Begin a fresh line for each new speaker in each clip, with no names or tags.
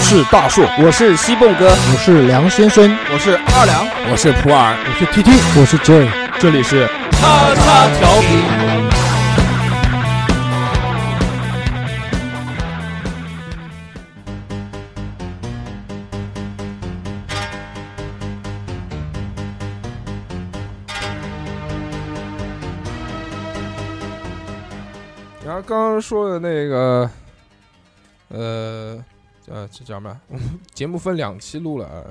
是大树，我是西蹦哥，
我是梁先生，
我是二两，
我是普洱，
我是 TT，我是 Joy，
这里是
叉叉调皮。
然后刚刚说的那个，呃，呃，这叫什么？ 我们节目分两期录了啊，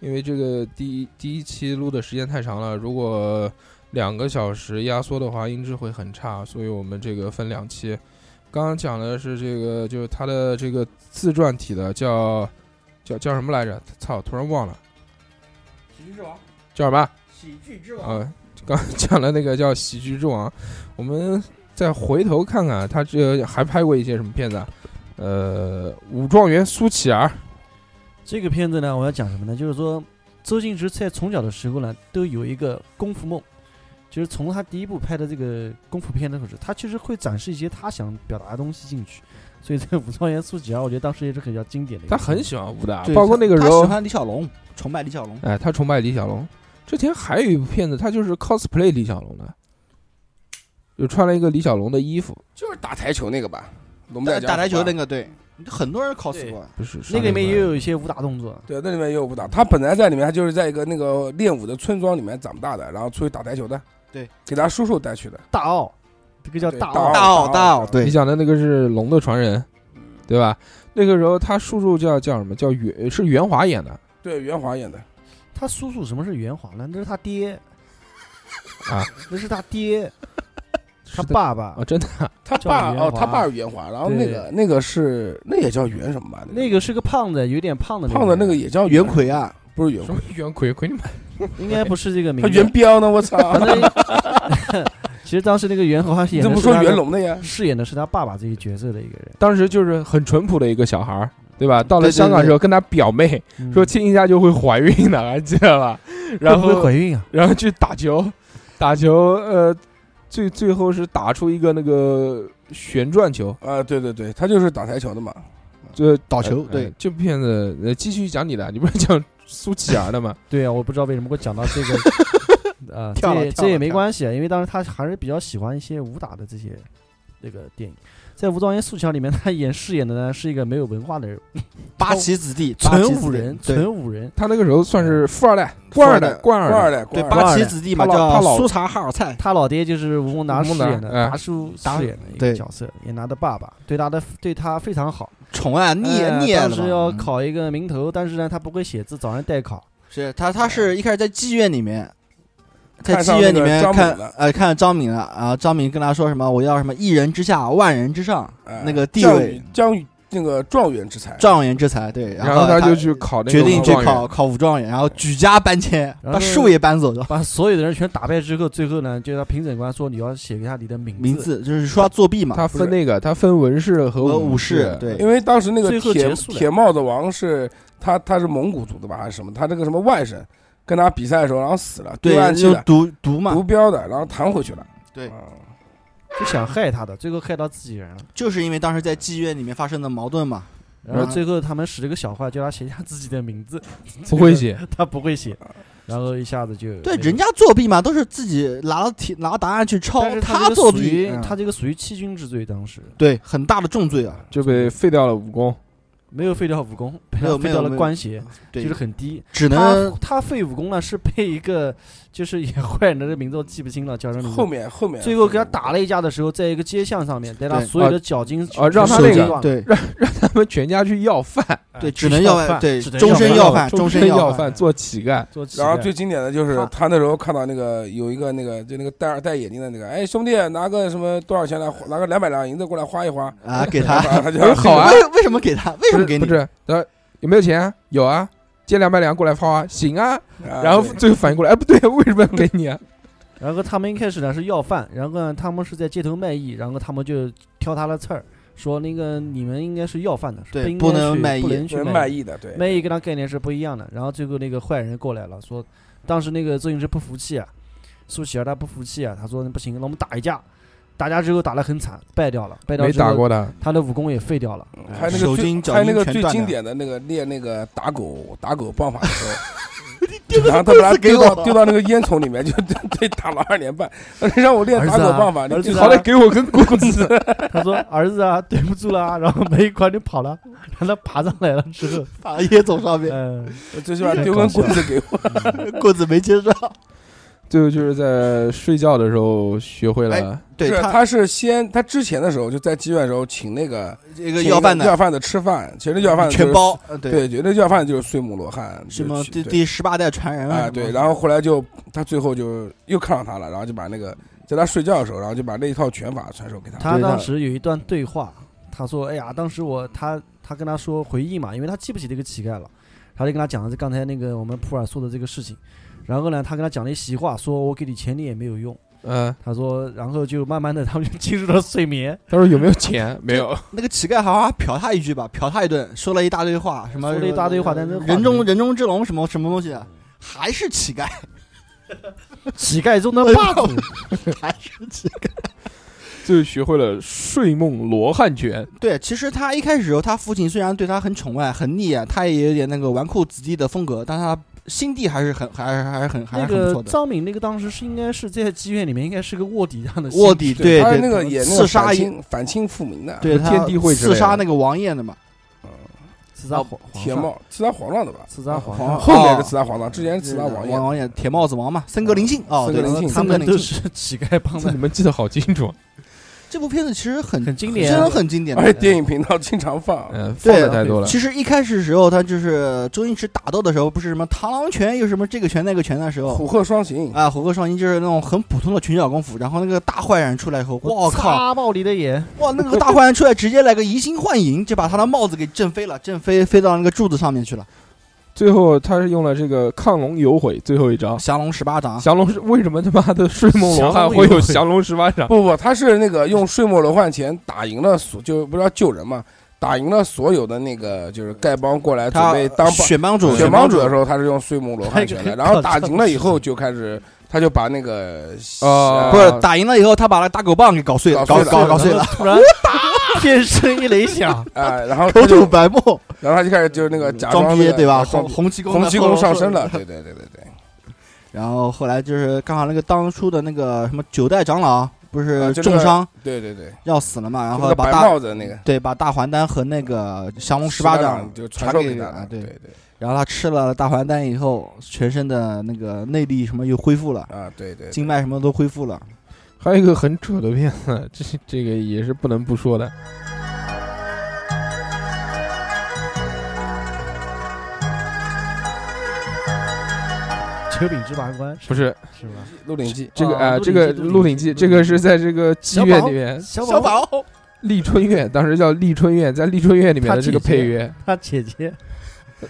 因为这个第一第一期录的时间太长了，如果两个小时压缩的话，音质会很差，所以我们这个分两期。刚刚讲的是这个，就是他的这个自传体的叫叫叫什么来着？操，突然忘了，
喜剧之王，
叫什么？
喜剧之
啊、刚刚讲的那个叫《喜剧之王》，我们再回头看看他这还拍过一些什么片子啊？呃，武状元苏乞儿，
这个片子呢，我要讲什么呢？就是说，周星驰在从小的时候呢，都有一个功夫梦，就是从他第一部拍的这个功夫片的开始，他其实会展示一些他想表达的东西进去。所以这个 《武状元苏乞儿》，我觉得当时也是很比较经典的一
他
个片子。
很喜欢武打，
对
包括那个时候
他喜，欢李小龙，崇拜李小龙。
哎，他崇拜李小龙。之前还有一部片子，他就是 cosplay 李小龙的，就穿了一个李小龙的衣服，
就是打台球那个吧，龙
打
带
打台球那
个，
个对，很多人 cos
对
过。
不是
那个里面也
有。
有一些武打动作，
对，那里面也有武打。他本来在里面，他就是在一个那个练武的村庄里面长大的，然后出去打台球的，
对，
给他叔叔带去的，
大奥，这个叫
对
大
大
奥。
奥
奥大奥，
你
对，
讲的那个是《龙的传人》，对吧？那个时候他叔叔叫叫什么？叫袁是袁华演的
对，袁华演的，
他叔叔什么是袁华呢？那是他爹，
啊，
那是他爹，
是
他
的
爸爸
啊，。真的啊
他
叫
爸
袁
哦，
华
他爸是袁华，然后那个那个是那也叫袁什么吧？
那个是个胖子，有点胖的
胖的那个
人
也叫
袁，奎啊，
不是袁
什
奎，
么袁奎？奎你妈！
应该不是这个名
他
字。
袁彪呢？我操
反！正其实当时那个袁华
你
演的
怎么
是
说
他
袁
的
龙的呀？
饰演的是他爸爸这个角色的一个人。
当时就是很淳朴的一个小孩儿，对吧？到了
对对
香港之后，跟他表妹
嗯
说亲一下就会怀孕的，还记得吧？然
会不会
后
怀孕啊？
然后去打球，打球，呃，最最后是打出一个那个旋转球，
啊，对对对，他就是打台球的嘛。
就
倒球
呃
对
呃这部片子，呃，继续讲你的，你不是讲苏乞儿的吗？
对啊，我不知道为什么会讲到这个啊，
跳了
这也
跳
这也
了
没
跳
关系，啊，因为当时他还是比较喜欢一些武打的这些那个电影。在《武状元苏乞儿》里面，他演饰演的呢是一个没有文化的人，
八旗子弟，八旗
纯
子弟
武人，
对
纯武人。
他那个时候算是富二代，官二代，官
官
二代
二，代，
对
官二代
八旗子弟嘛，
他老他
叫
老
苏察哈尔 蔡，
他老爹就是吴孟达
吴
饰
孟达
演的
哎
达叔
达
饰演的一个
对
角色，演他的爸爸，对他的对他非常好。
宠爱溺
哎
溺爱
当
的
时
嘛
要
嗯
考一个名头，但是呢，他不会写字，找人 代考。
是他，他是一开始在妓院里面，在
看
妓
上
院
那
里
个
面
张
看
敏了
呃看张敏了啊，张敏跟他说什么我要什么一人之下万人之上
哎
那个地
将
位
与，将与那个状元之才，
状元之才对，
然
后
后
他
他就去考那个
决定去
状元
考考武状元，然后举家搬迁，
然后
把树也搬走了。
把所有的人全打败之后，最后呢，就让评审官说你要写一下你的名字。
名字就是说他作弊嘛，
他分那个，他分文士和
和
武
武士
士，
对
因为当时那个
最后
铁
结束了
铁帽子王是他，他是蒙古族的吧，还是什么？他这个什么外甥跟他比赛的时候，然后死了，
对
丢暗器
就
的，
毒毒嘛
毒，标的，然后弹回去了。
对
嗯
就想害他的，最后害到自己人了。
就是因为当时在妓院里面发生的矛盾嘛，
然后最后他们使了个小坏，叫他写下自己的名字，
不会写，
他不会写，然后一下子就
对，人家作弊嘛，都是自己拿了题拿答案去抄
但，是
他
这个
作
属于
弊，嗯
他这个属于欺君之罪，当时
对很大的重罪啊，
就被废掉了武功。
没有废掉武功，被
没有
他废掉
没有
了
没有
官衔，
对
就是，很低。
只
他
能
他废武功呢，是被一个就是也 坏人的名字我记不清了，叫什么名字
后。面后面
最后给他打了一架的时候，在一个街巷上面，在他
对
所有的脚筋
啊让他
手
那
筋
个
断了
对
他们全家去要饭，
对，只
只
能
需
要
要
饭，
饭
对，
只能
终
要
身
饭
要饭，
终
身
要
饭。
饭，做乞丐。
做乞
然后
丐
最经典的就是
他
他那时候看到那个有一个那个就那个戴耳戴眼镜的那个，哎兄弟拿个什么多少钱来拿个两百两银子过来花一花，
啊，给
然
他，
后他就
我说好啊
为为什么给他？为什么给你
不？是，他说有没有钱啊？有啊，借两百两过来花啊，行啊。然后最后反应过来， 哎，不对，为什么要给你 啊？
然后他们一开始呢是要饭，然后呢他们是在街头卖艺，然后他们就挑他的刺儿，说那个你们应该是要饭的，是
对
应
不
该
能
去
卖艺
不能去
人
卖
卖。艺的，对，
卖艺跟他概念是不一样的。然后最后那个坏人过来了，说当时那个周星驰不服气啊，苏乞儿他不服气啊，他说不行，那我们打一架。打架之后打得很惨，败掉了，败掉
没
之后
打过的，
他的武功也废掉了。
还有那
哎手
个最
筋脚
还有那
筋
个
全
最
断
经
掉
典的那个练那个打狗打狗棒法的时候，然后他把它
给
丢
我
到
了
丢到那个烟囱里面，就对对打了二年半，让我练
儿
打
子
狗
啊
棒法，
儿
你
子
最
啊
好
好
歹
歹给我根棍 子。
他说：“儿子啊，对不住啦。”然后没一块就跑了，让他爬上来了之后，
打野走上 面，
嗯，
最起码丢根棍子给我。
棍子没接上。
最后就是在睡觉的时候学会了
哎，对
是
他
他是先他之前的时候就在妓院的时候请那个
这个
请
要饭
要
的
饭的吃饭，其实那要饭的就
全
是
包，呃对
对，觉得要饭就是睡母罗汉，
什
就
么
去
第
对
第十八代传人
啊，
什么
对，然后后来就他最后就又看上他了，然后就把那个在他睡觉的时候，然后就把那一套拳法传授给他。
他
对他
当时有一段对话，他说：“哎呀，当时我他他跟他说回忆嘛，因为他记不起这个乞丐了，他就跟他讲了这刚才那个我们普洱说的这个事情。然后呢，他跟他讲了一席话，说我给你钱你也没有用。
嗯，
他说，然后就慢慢的他们就进入了睡 眠，
他说有没有钱？没有，
那个乞丐好像还嫖他一句吧，嫖他一顿，说了一大堆话，什么
说了一大堆话但是话嗯
人
没
中人中之龙什么什么东西啊，还是乞丐，
乞丐中的霸主。
还是乞丐。
最后学会了睡梦罗汉拳。
对，其实他一开始时候，他父亲虽然对他很宠爱、很溺爱，他也有点那个纨绔子弟的风格，但他心地还是很、还是还是很、还
那
是很不
个
错的。
张敏那个当时是应该是在妓院里面应该是个卧底这样的
卧底
性质
对
他
对
那个也那个
刺杀
反
一
清反清复明的，
对他
天地会之类
刺
的
杀那个王爷的嘛，
刺杀皇
铁
皇上
帽刺杀皇上的吧？
刺杀皇上
皇
后面 是
哦
刺杀皇上，之前是刺杀王爷。
呃王爷铁帽子王嘛，
嗯
森格林沁哦，
森
对
格林沁
他
森格
们
林
都
沁。
是乞丐帮
这
的
你。们记得好清 楚。
这部片子其实很
很经典哎
真的很经典的。
而且电影频道经常放，
嗯，放
对
的太多了。
其实一开始时候，他就是呃周星驰打斗的时候，不是什么螳螂拳，又什么这个拳那个拳的时候
虎鹤双形。
啊，虎哥双鹰就是那种很普通的拳脚功夫。然后那个大坏人出来以后，我靠，
擦爆你的眼！
哇，那个大坏人出来直接来个移形换影，就把他的帽子给震飞了，震飞飞到那个柱子上面去了。
最后他是用了这个亢龙有悔最后一
哦
招。
降龙十八掌，
降龙是为什么他妈的睡梦罗汉会有啊降龙十八掌？
不不，他是那个用睡魔罗汉钱打赢了所，就不是要救人嘛，打赢了所有的那个就是丐帮过来准
他
备当帮
血帮主，
选帮主的时
候，
候，他是用睡魔罗汉拳的，
他
然后打赢了以后就开始，他就把 那个呃
哦
不是打赢了以后，他把那大狗棒给搞碎了，
搞
搞
碎了嗯
搞搞碎了
然，后突然天声一雷 响，
啊，然后
口
他就
吐白沫，
然后他就开始就是那个假
装
装
逼
那个
对吧？
啊装
洪洪
逼
七公的
洪七
后
公
后
上身了，对对对对对，
然后后来就是刚好那个当初的那个什么九代长老不
啊
是
就那
重
个
伤
对对对，
要死了嘛，然
那
后
个
把
白
大
帽子那个
对把大还丹和那个降龙十八掌，
就传授给
给
他
啊
的，
对
对对
然后他吃了大还丹以后，全身的那个内力什么又恢复了，
啊对对，
经脉什么都恢复了。
还有一个很扯的片子，这这个也是不能不说的。
九品芝麻官
不是
是吧？
《鹿鼎记
这个
啊
啊，
鹿
这
鼎
个
记
《
鹿
鹿鼎
鼎
记
记》，
这个是在这个妓院里面，
小
小
宝，
宝，
立春院当时叫立春院，在立春院里面的这个配乐，
他姐姐，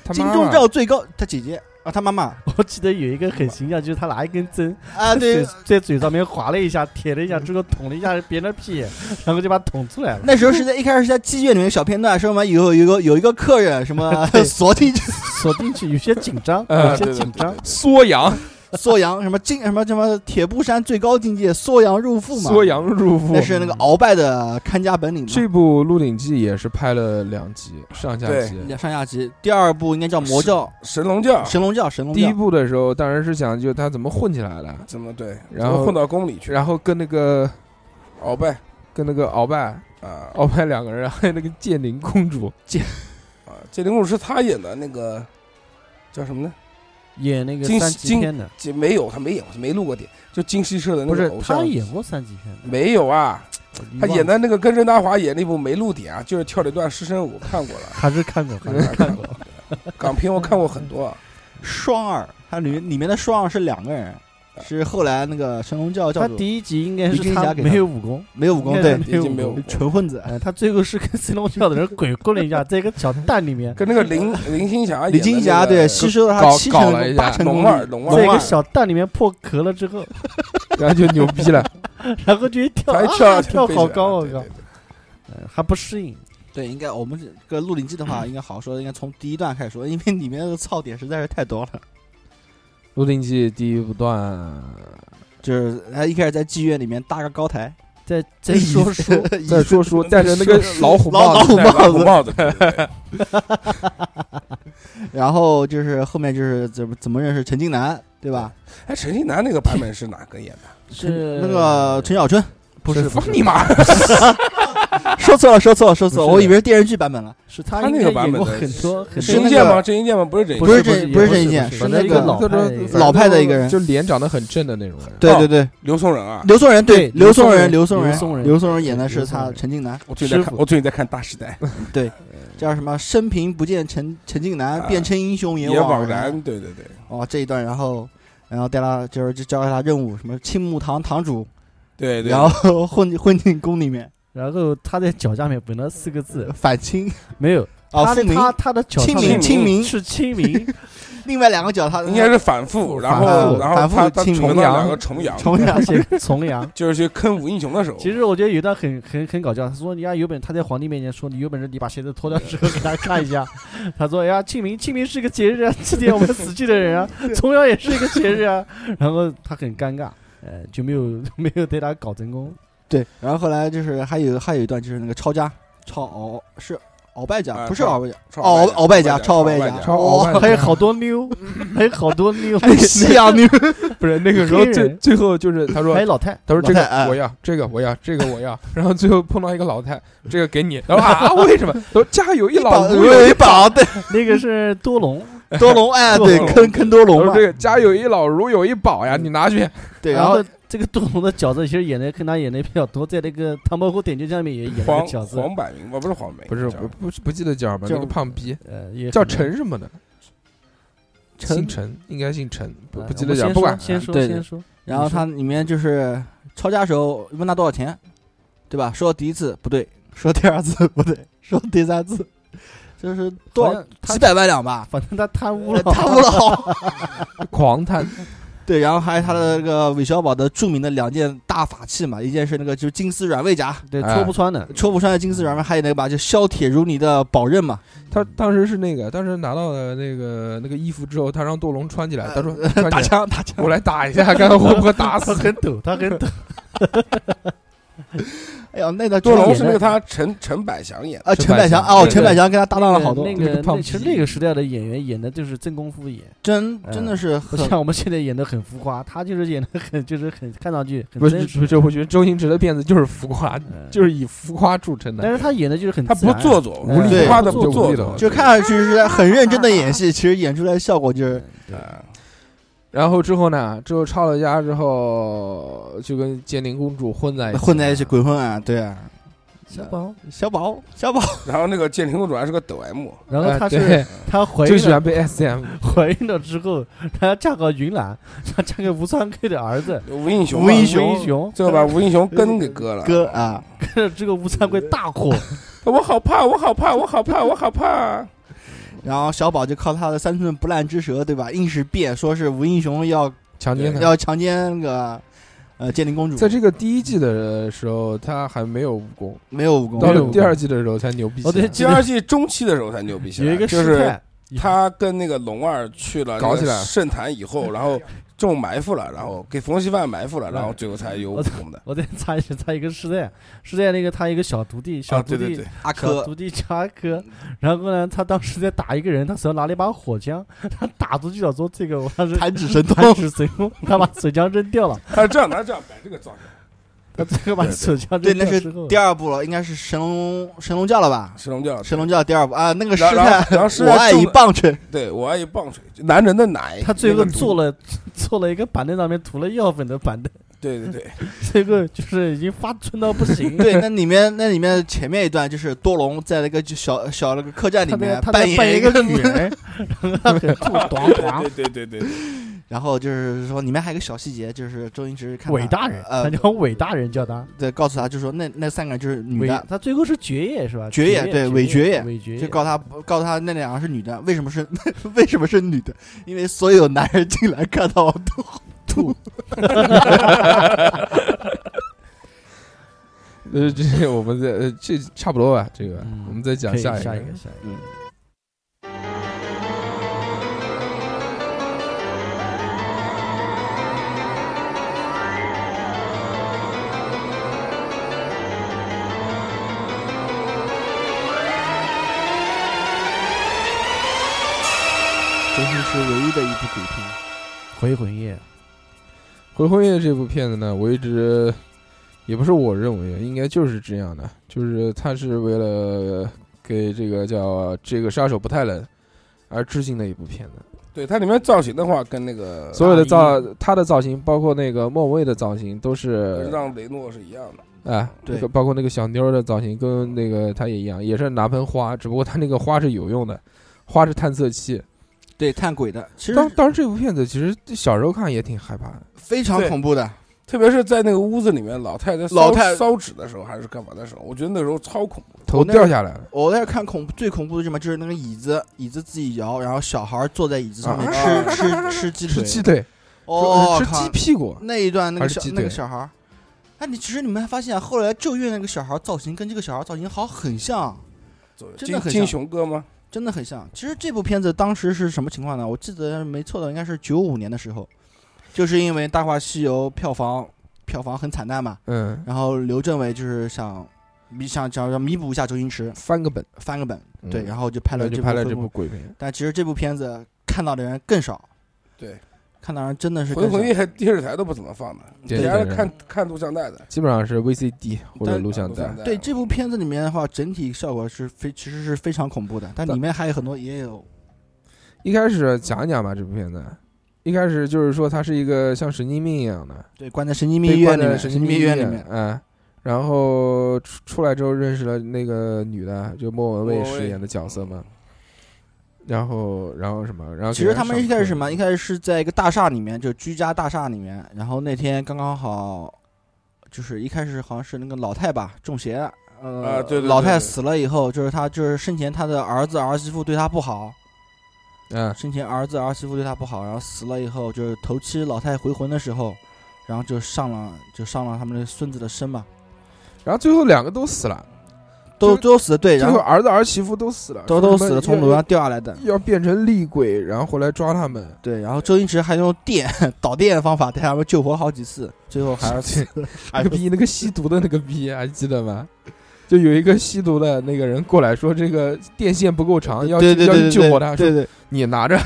他
金
妈
钟
妈
罩最高，他姐姐啊，他妈妈
我记得有一个很形象，就是他拿一根针
啊，对
在，在嘴上面划了一下，舔了一下之后捅了一下别人的屁，然后就把他捅出来了。
那时候是在一开始是在妓院里面小片段，说什么有有一个有一个客人什么
对
锁定
锁定去有些紧张，
呃
有些
对对
紧张，
缩阳，
缩阳什么金什么什么铁布衫最高境界缩阳入腹嘛，
缩阳入腹
那。是那个鳌拜的看家本领嘛。
这部《鹿鼎记》也是拍了两集，上下
对
集。
两上下集，第二部应该叫魔教、》
神龙教
神龙教、神龙
第一
教。
部的时候，当然是想就他怎么混起来的，
怎么对，
然后
怎么混到宫里去，
然后跟那个
鳌拜
跟那个鳌拜
啊
鳌拜两个人，还有那个建宁公主，
啊，这陵公主是他演的那个叫什么呢？
演那个
金
三级
金
片的，
这没有，他没演，没录过点，就金希澈的那
不
个
是
偶
他
像。
演过三级片的，
没有啊，
我
他
忘
演
了
的那个跟任达华演那部没露点啊，就是跳了一段师生舞，看过 了。
还是看过，还是看过。
港片我看过很多，
双二，它里面里面的双二是两个人，是后来那个神龙教教
他
主
第一集应该
李
是
金
他
霞给他
没有武功，
没有武功，
应
对
该
已
是
经没有过，
纯混子。
哎，他最后是跟神龙教的人鬼混了一下，在一个小蛋里面，
跟那个林林青霞演的那个、
李金霞对吸收了他
搞
七
搞了
成
一下
八成功
龙
力
二，龙啊
在一
二
个，小蛋里面破壳了之后，
然后就牛逼了。
然后就一跳，
他一
啊
哎跳
跳好高，我
对对
靠
对，
哎还不适应。
对，应该我们这个《鹿鼎记》的 话，应该好说，应该从第一段开始说，因为里面的槽点实在是太多了。
《鹿鼎记》第一部段，
就是他一开始在妓院里面搭个高台，
在在说书，
在说书，戴着那个老虎
老
帽
老
子，
虎
戴老
帽
虎
子，
帽子，对对对
然后就是后面就是怎么怎么认识陈近南，对吧？
哎，陈近南那个版本是哪个演的？
是
那个陈 小春，不是，不
哦
放
是
你妈！
说错了，说错了，说错了，
不是
我以为是电视剧版本了。
是他
他
应
那
该
个版
演
本
过
的
很多很
是
郑
多
伊
那
健
个
吗？郑伊健吗？不是郑伊
不
健，
是
不
这不
不
是
这
这一件
是
反
那
正
个
就
老
就
派
是
老派的一个人
就脸长得很正的那种人。
对
哦
对对，
刘松仁啊！
刘松仁
对
刘松仁，
刘
刘
松
松仁
仁刘松，仁
刘松仁演的
刘
是
松
他
仁
陈近南，
我最近在
师
看，
傅
我最近在看《大时代
叫什么？生平不见陈陈近南
啊，
便称英雄》，也啊
也枉
然
然。。对对对
哦，这一段，然后然后带他就是就交给他任务，什么青木堂堂主，
对对。
然后混进混进宫里面
然后他在脚下面本来四个字
反清
没有，
哦，
他
复明
他他的脚
清
上
明
面
清明，
是清明，
另外两个脚他
应该是反复，然
反
后
复
然后
反复
他他
清明
重阳两个重阳，
重阳
而 且重阳。
就是去坑武英雄的时候，
其实我觉得有一段很很很搞笑，他说人家有本他在皇帝面前说你有本事你把鞋子脱掉之后给他看一下， 他说哎呀清明清明是个节日啊， 祭奠我们死去的人啊，重阳也是一个节日啊， 然后他很尴尬，呃就没有 没有对他搞成功，
对，然后后来就是还有还有一段就是那个抄家抄鳌是鳌拜家，
啊
不是
抄
鳌拜家，
超
鳌鳌拜家，
家，超
超
拜
鳌
家
家，
超鳌
哦
拜
还有好多妞，还有好多妞，
还有西洋妞，
不是那个时候
黑人
最最后就是他说
还有老太，
他说：“这
老太
个
哎
我要，这个我要，这个我要。”然后最后碰到一个老太，这个给你。然后啊，为什么？他说：“家有一老如有一
一宝，对，
那个是多隆，
多龙哎，
多
对
龙，
坑坑多
他
龙
说
嘛
这，个家有一老如有一宝呀，你拿去。
对，
然
然后
后这个多隆的角色其实演的跟他演的比较多，在那个《唐伯虎点秋香》里面也演了
黄
个角色，
黄百鸣，我哦不是黄百”鸣，
不是，
叫
不不不记得叫什么，
叫
那个胖逼
呃也
叫
很多
陈什么的，姓
陈，
陈，应该姓陈，不
哎
不记
我们
得叫，
先
不
说
管。
先说
对
先说，
然后他里面就是抄家时候问他多少钱，对吧？说第一次不对，说第二次不对，说第三次就是多
好
少
像他
几百万两吧，
反正他贪污
呃
了，
贪污了好
狂贪，
对，然后还有他的那个韦小宝的著名的两件大法器嘛，一件是那个就是金丝软猬夹，
对，
哎
戳不穿的，
戳不穿的金丝软猬，还有那个把就削铁如泥的宝刃嘛，
他当时是那个，当时拿到了那个那个衣服之后，他让杜龙穿起来，他说：“穿
呃打
起来，
枪打枪。
我来打一下，看看会不会打
他
死。
很抖，他很抖。
哎呦，那段
多
龙
隆
是
是
那
那
个
个他陈陈百祥演的，
啊，陈百祥
那
哦，
个
陈百祥跟他搭档了好多，
那
那个
个
胖
那其实
皮
那个时代的演员演的就是真功夫演，
真
嗯
真的是
不
很
像我们现在演的很浮夸，他就是演的很就是很看上去”很
不是
真
不
实，
是，我觉得周星驰的片子就是浮夸，
嗯
就是以浮夸著称的
但。是他演的就是很
他
自
不
然
做，作，
哎
无厘
对
头，他的
不
不
做
做
作
作，
就看上去是很认真的演戏，其实演出来的效果就是
对
啊
然后之后呢，之后抄了家之后，就跟建宁公主混在一起了
混在一起鬼混啊，对啊，
小宝。
哎小宝小宝
然后那个建宁公主还是个抖 M，
然后
哎
他是
对
他怀
就
孕
喜
了，
欢被 SM
怀孕了之后，她要嫁到云南，她嫁给吴三桂的儿子
吴英雄
吴
嘛，
英雄
雄。雄
最后把吴英雄根给割了。
哥啊，
跟着这个吴三桂大火，
我好怕，我好怕，我好怕，我好怕！
然后小宝就靠他的三寸不烂之舌，对吧？硬是变，说是吴英雄要
强奸她。
要强奸那个呃建宁公主，
在这个第一季的时候，她还没有武功，
没有武功，
到
没有武
了
功
第二季的时候才牛逼起来。
哦对
第二季中期的时候才牛逼起来，
有一个
就
师
是
太，
他跟那个龙二去了
搞起来
那个圣坛以后，然后中埋伏了，然后给冯锡范埋伏了，然后最后才有武功的。
我再插一句，插一个师太，师太那个他一个小徒弟，小
啊，
徒
对
弟
对对，
阿
小
珂
徒弟叫阿珂，然后呢，他当时在打一个人，他手上拿了一把火枪，他打出去了，说这个我当时
弹指神通，
弹指神功，他把手枪扔掉了，
他是这样，他是这样摆这个造型，
他最后把
对对
手 枪
对，
扔
那
掉
是
之后
第，二部了，应该是神龙神龙教了吧？
神龙教。
神龙教第二部啊，那个师
然后然
太
后，然后师
我爱
太中
一
了，
棒 槌，
对我爱一棒槌，就男人的奶。
他最
那
后
个毒
做，了做了一个板凳上面涂了药粉的板凳，
对对对，
最后就是已经发春到不行。
对，那里面那里面前面一段就是多隆在那个就小小那个客栈里
他在
面
他在扮
演
演一个女人，然后他很吐短短
对对对对对，
然后就是说里面还有个小细节，就是周星驰看他
伟大人，他
呃，
叫伟大人，叫他
对，告诉他就说那那三个人就是女
伟
的，，
他最后是爵爷是吧？
爵爷对伪爵爷
伪爵爷
就告诉他告诉他那两个是女的，为什么是 为什么是女的？因为所有男人进来看到我都吐，
呃，这我们在呃这差不多吧，这个
嗯
我们再讲
可以
下
下
个
一。个，下一个。
Thank
真心是唯一的一部鬼片，
回魂夜，
《回魂夜》这部片子呢，我一直也不是我认为，应该就是这样的，就是它是为了给这个叫这个杀手不太冷而致敬的一部片子。
对它里面造型的话，跟那个
呃
所有的造他的造型，包括那个莫蔚的造型，都是
让雷诺是一样的。
哎，
对
那个包括那个小妞儿的造型，跟那个他也一样，也是拿盆花，只不过他那个花是有用的，花是探测器。
对，探鬼的，其实
当当时这部片子其实小时候看也挺害怕的，
非常
对
恐怖的，
特别是在那个屋子里面，老太太烧
老太
烧纸的时候还是干嘛的时候，我觉得那时候超恐怖。
头掉下来了。
我在看恐最恐怖的是什么？就是那个椅子，椅子自己摇，然后小孩坐在椅子上面吃、
啊
吃吃鸡
吃
腿，
鸡腿，
哦，
吃
靠
鸡屁股，
那一段那
还
个
是
小
鸡腿
那个小孩儿，哎，你其实你们还发现啊，后来咒怨那个小孩儿造型跟这个小孩儿造型好很像，真的
金
很
金
像
熊哥吗？
真的很像。其实这部片子当时是什么情况呢？我记得没错的，应该是九五年的时候，就是因为《大话西游》票房票房很惨淡嘛，
嗯，
然后刘镇伟就是想弥想想要弥补一下周星驰，
翻个本，
翻个本，对，
嗯
然后就拍了
就
这
拍了
部
这
回
部
顾，
鬼片。
但其实这部片子看到的人更少，
对，
看到的人真的是
回
更少
魂。夜电视台都不怎么放的，
对
底下是
对
看看录像带的，
基本上是 VCD 或者
但
录像
录
带
像。带
对这部片子里面的话，整体效果是非其实是非常恐怖的，但
但
里面还有很多也有
一开始讲一讲吧，这部片子。一开始就是说他是一个像神经病一样的，
对关在神经病医
被
院
关
里
在
面，
神
神
经
病医院里面，
嗯，然后出出来之后认识了那个女的，就莫文蔚
莫文蔚
饰演的角色嘛。然后，然后什么？然后
其实他们一开始什
嘛，
么？一开始是在一个大厦里面，就居家大厦里面。然后那天刚刚好，就是一开始好像是那个老太吧中邪了，呃，
啊对对对
老
对
太死了以后，就是他就是生前他的儿子儿媳妇对他不好，
嗯，
生前儿子儿媳妇对他不好，然后死了以后，就是头七老太回魂的时候，然后就上了就上了他们的孙子的身嘛，
然后最后两个都死了，
都
就
都死的对，
最
然
后
后
儿子儿媳妇都死了，
都
说
都
什么
死了，从
要
楼上掉下来的。
要变成厉鬼，然后回来抓他们。
对，然后周星驰还用电 导电方法带他们救活好几次，最 后还是
那个逼，那个吸毒的那个逼，还记得吗？就有一个吸毒的那个人过来说，这个电线不够长，要
对对
要
对
去
对
救
对
活他，说
对对，
你拿着，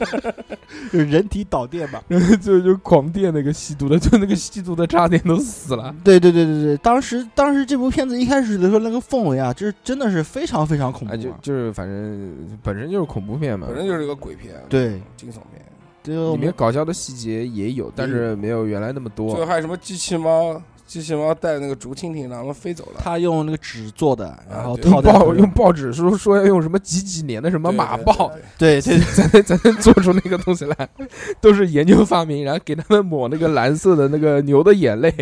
就是人体导电吧。
然后就就狂电那个吸毒的，就那个吸毒的差点都死了。
对对对对对，当时当时这部片子一开始的时候，那个氛围啊，就是真的是非常非常恐怖、
啊，
啊
就就是反正本身就是恐怖片嘛，
本身就是一个鬼片，，
对，
惊悚片。
就
里面搞笑的细节也有，但是没有原来那么
最后
多。
还有什么机器猫，机器猫带那个竹蜻蜓，让他们飞走了。
他用那个纸做的，然后
啊对
套
用
在
报
头上
用报纸说说要用什么几几年的什么
对
马
对
报，
对对
对对对
才 能才能做出那个东西来，都是研究发明，然后给他们抹那个蓝色的那个牛的眼泪，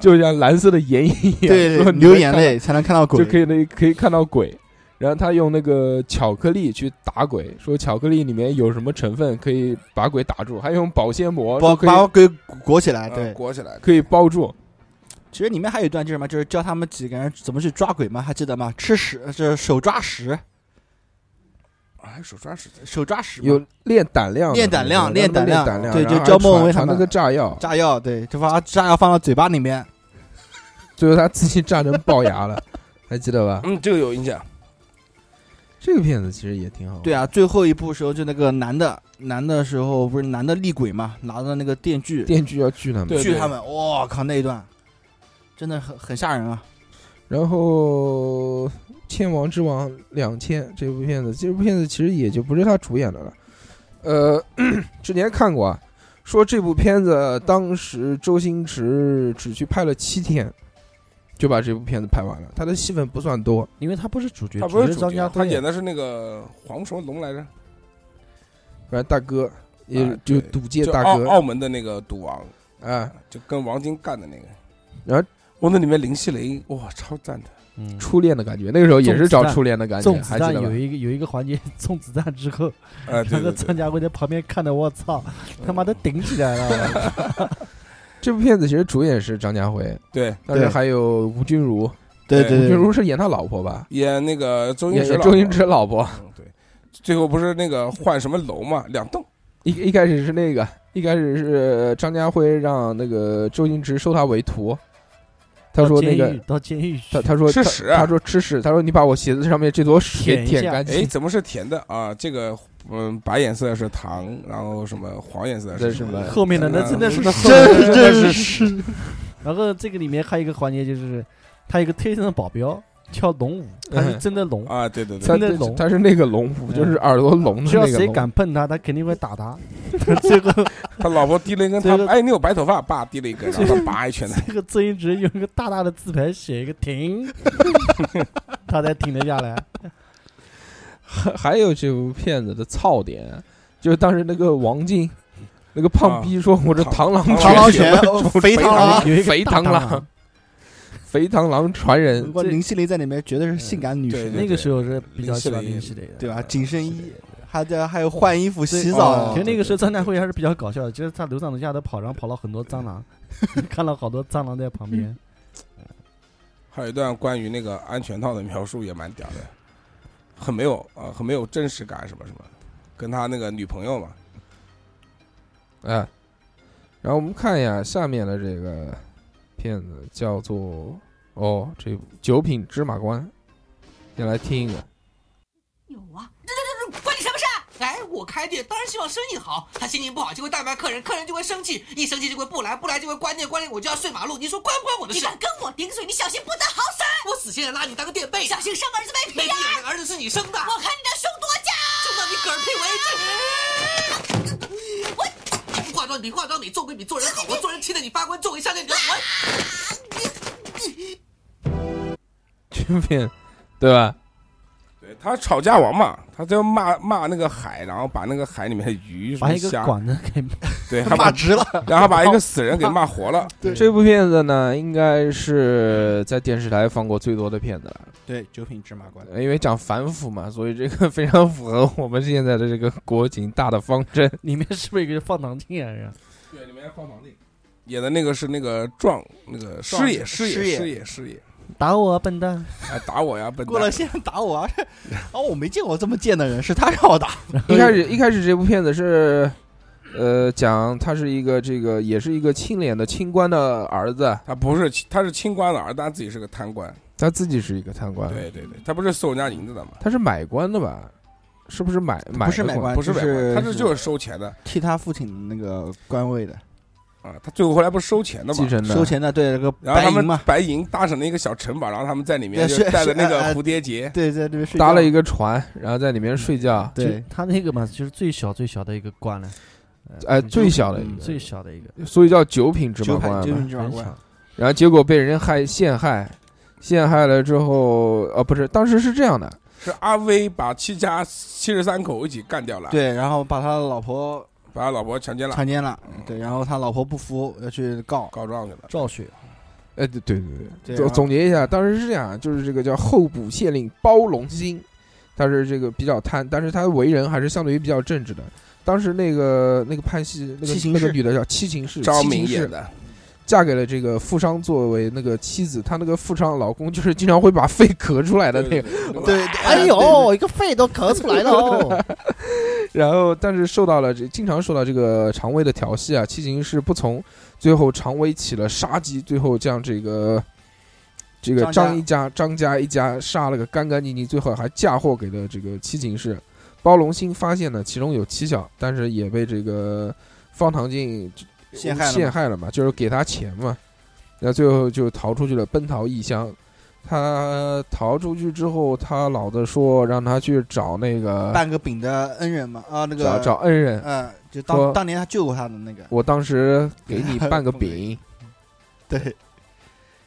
就像蓝色的眼影一样，
对
说
对，
你
流
能
眼
看
泪才能看到
到
鬼，
就可以那可以看到鬼。然后他用那个巧克力去打鬼，说巧克力里面有什么成分可以把鬼打住，还用保鲜膜
把
说可以啊
把鬼裹起来。
嗯
对，
裹起来
可以包住。
其实里面还有一段就是什么，就是教他们几个人怎么去抓鬼嘛，还记得吗？吃屎，就是手抓屎，
啊，还手抓时间，
手抓屎嘛
有练胆量的，
练胆量
让他们
练
练
胆量
胆量，
对
然
就
后
教莫文蔚他
传传那
们
个炸药，
炸药，对，就把炸药放到嘴巴里面，
最后他自己炸成龅牙了， 还记得吧？
嗯，这个有印象。
这个片子其实也挺好。
对啊，最后一部时候就那个男的，男的时候不是男的厉鬼嘛，拿着那个电锯
电锯要锯他们，
对
锯他们，我、靠那一段，真的很很吓人啊！
然后《千王之王两千》这部片子，这部片子其实也就不是他主演的了。呃， 之前看过啊，说这部片子当时周星驰只去拍了七天，就把这部片子拍完了。他的戏份不算多，
因为他不是主角，
他不是主
张
角
家，啊
他演
的
的是那个黄什么龙来着？
反正大哥也
啊
就
对
赌界
就哦
大
澳
哥
澳门的那个赌王，
啊，
就跟王晶干的那个。
然后
我那里面林熙蕾，哇，超赞的。
嗯，
初恋的感觉，那个时候也是找
粽子蛋
初恋的感觉，
中子
还记
弹
得吧
有？一个有一个环节中子弹之后，
啊，对
那个
对嗯
张
对，
家辉在旁边看的，我操，他妈的顶起来 了，
这部片子其实主演是张家辉，
对
但是
对
还有吴君如，
对
对
对
吴
对
君如是演他老婆吧？
演那个周星
演
驰
演
老婆，
周星驰老婆。
嗯，对。最后不是那个换什么楼嘛，两栋。
一一开始是那个，一开始是张家辉让那个周星驰收他为徒，他说那个
到啊监狱去
他他说
吃
他
屎啊
他说吃屎，他说你把我鞋子上面这坨屎给
舔一
舔
下
干
哎，
净，
怎么是甜的啊？这个嗯，白颜色是糖，然后什么黄颜色
那
是
是
什么
白？
后面的那真的是
那
真
真是
然后这个里面还有一个环节就是，它有一个特定的保镖叫龙五，他
嗯
是真的龙，
啊，对对对，
它
真的龙
它是那个龙，不就是耳朵聋的
只要
那个
谁
龙？
敢碰他，他肯定会打他。最后，
他老婆递了一根，他
这个
哎，你有白头发，爸递了一根，然后他拔一拳的，
这个周星驰用一个大大的字牌写一个停，他才停得下来。
还 还有这部片子的槽点，就是当时那个王静，那个
啊
胖逼说：“我这螳螂
螳
螳螂
拳
拳、哦肥啊螳螂，
有一个
肥
大啊
螳
大
螂
蟒，
肥螳螂传人
不过
这
林熙蕾在里面绝对是性感女
对
神，
那个时候是比较喜欢
林
林
熙
熙蕾的。
对吧？紧身衣，还在还有换衣服、洗
哦
澡
其实，那个时候张家辉还是比较搞笑的，就是他楼上楼下都跑，然后跑了很多蟑螂， 看了好多蟑螂在旁边。
还有一段关于那个安全套的描述也蛮屌的，很没有啊，很没有真实感，什么什么，跟他那个女朋友嘛，
哎。”然后我们看一下下面的这个片子，叫做哦，这部《九品芝麻官》，先来听一个。
有啊，这这这这关你什么事？哎，我开店当然希望生意好，他心情不好就会怠慢客人，客人就会生气，一生气就会不来，不来就会关店，关店我就要睡马路，你说关不关我的事？你敢跟我顶嘴，你小心不得好死！我死心眼拉你当个垫背，小心生儿子没皮啊！没儿子是你生的，我看你这胸多假，正到你嗝屁为止。我化妆比化妆美，做鬼比做人好，我做人气得你发光，做鬼像那你我。
这片，对吧？
对他吵架王嘛，他就骂骂那个海，然后把那个海里面的鱼什
把
么
一个
虾，
管子给
对，还
骂
把
直了，
然后把一个死人给骂活了，
这部片子呢，应该是在电视台放过最多的片子了，
对，九品芝麻官，
因为讲反腐嘛，所以这个非常符合我们现在的这个国情大的方针。
里面是不是有一个放糖镜啊？是吧
对，里面放绑定。演的那个是那个壮，那个师爷，师
师
爷，
爷
师爷，师爷，
打我啊，笨蛋！
哎，打我呀，笨
过来
蛋！
先打我啊！这 啊，我没见过这么贱的人，是他让我打，
一开始一开始这部片子是，呃，讲他是一个这个也是一个清廉的清官的儿子，
他不是，他是清官的儿子，他自己是个贪官。
他自己是一个贪官，
对对对，他不是收人家银子的嘛？
他是买官的吧？是不是买买
不是
的
买官，
不是
就
买官，他
是
是就是收钱的
替他父亲那个官位的，
啊。他最后后来不是收钱的
继
嘛？
承的
收，钱的，对，那个
然
白
后他
银嘛
们，白银搭成了一个小城堡，然后他们在里面
对
就是带着那
是
个
呃
蝴蝶结，
对，在这边睡觉
搭了一个啊船，然后在里面睡觉，
对
就，他那个嘛，就是最小最小的一个官了，
哎，最小的一
嗯
个，
最小的一个。
所以叫九品芝麻
九
官嘛。
品九品芝麻
很
官，
小，
然后结果被人家害陷害，陷害了之后，呃，不是，当时是这样的，
是阿威把七家七十三口一起干掉了，
对，然后把他老婆
把他老婆强奸了，
强奸了，
嗯
对，然后他老婆不服，要去告，
告状去了。
赵雪
哎，对对
对啊
对总
然后
总结一下，当时是这样，啊就是这个叫候补县令包龙星，他是这个比较贪，但是他为人还是相对于比较正直的。当时那个那个潘西那个
七情
那个
氏
女的叫七情氏，
张
七情
明
氏
演的，
嫁给了这个富商作为那个妻子，她那个富商老公就是经常会把肺咳出来的那个
对，对对
对，
哎
对对
呦，一个肺都咳出来了 哦！
然后，但是受到了这经常受到这个常威的调戏啊，七情是不从，最后常威起了杀机，最后将这个这个
张家
张一家、张家一家杀了个干干净净，最后还嫁祸给了这个七情氏。包龙星发现呢，其中有蹊跷，但是也被这个方唐镜
陷害了嘛
陷害了嘛，就是给他钱嘛，那最后就逃出去了，奔逃异乡。他逃出去之后，他老子说让他去找那个
办个饼的恩人嘛，啊，那个
找找恩人，
嗯，就
说
当当年他救过他的那个，
我当时 给你办个
不
饼，
对。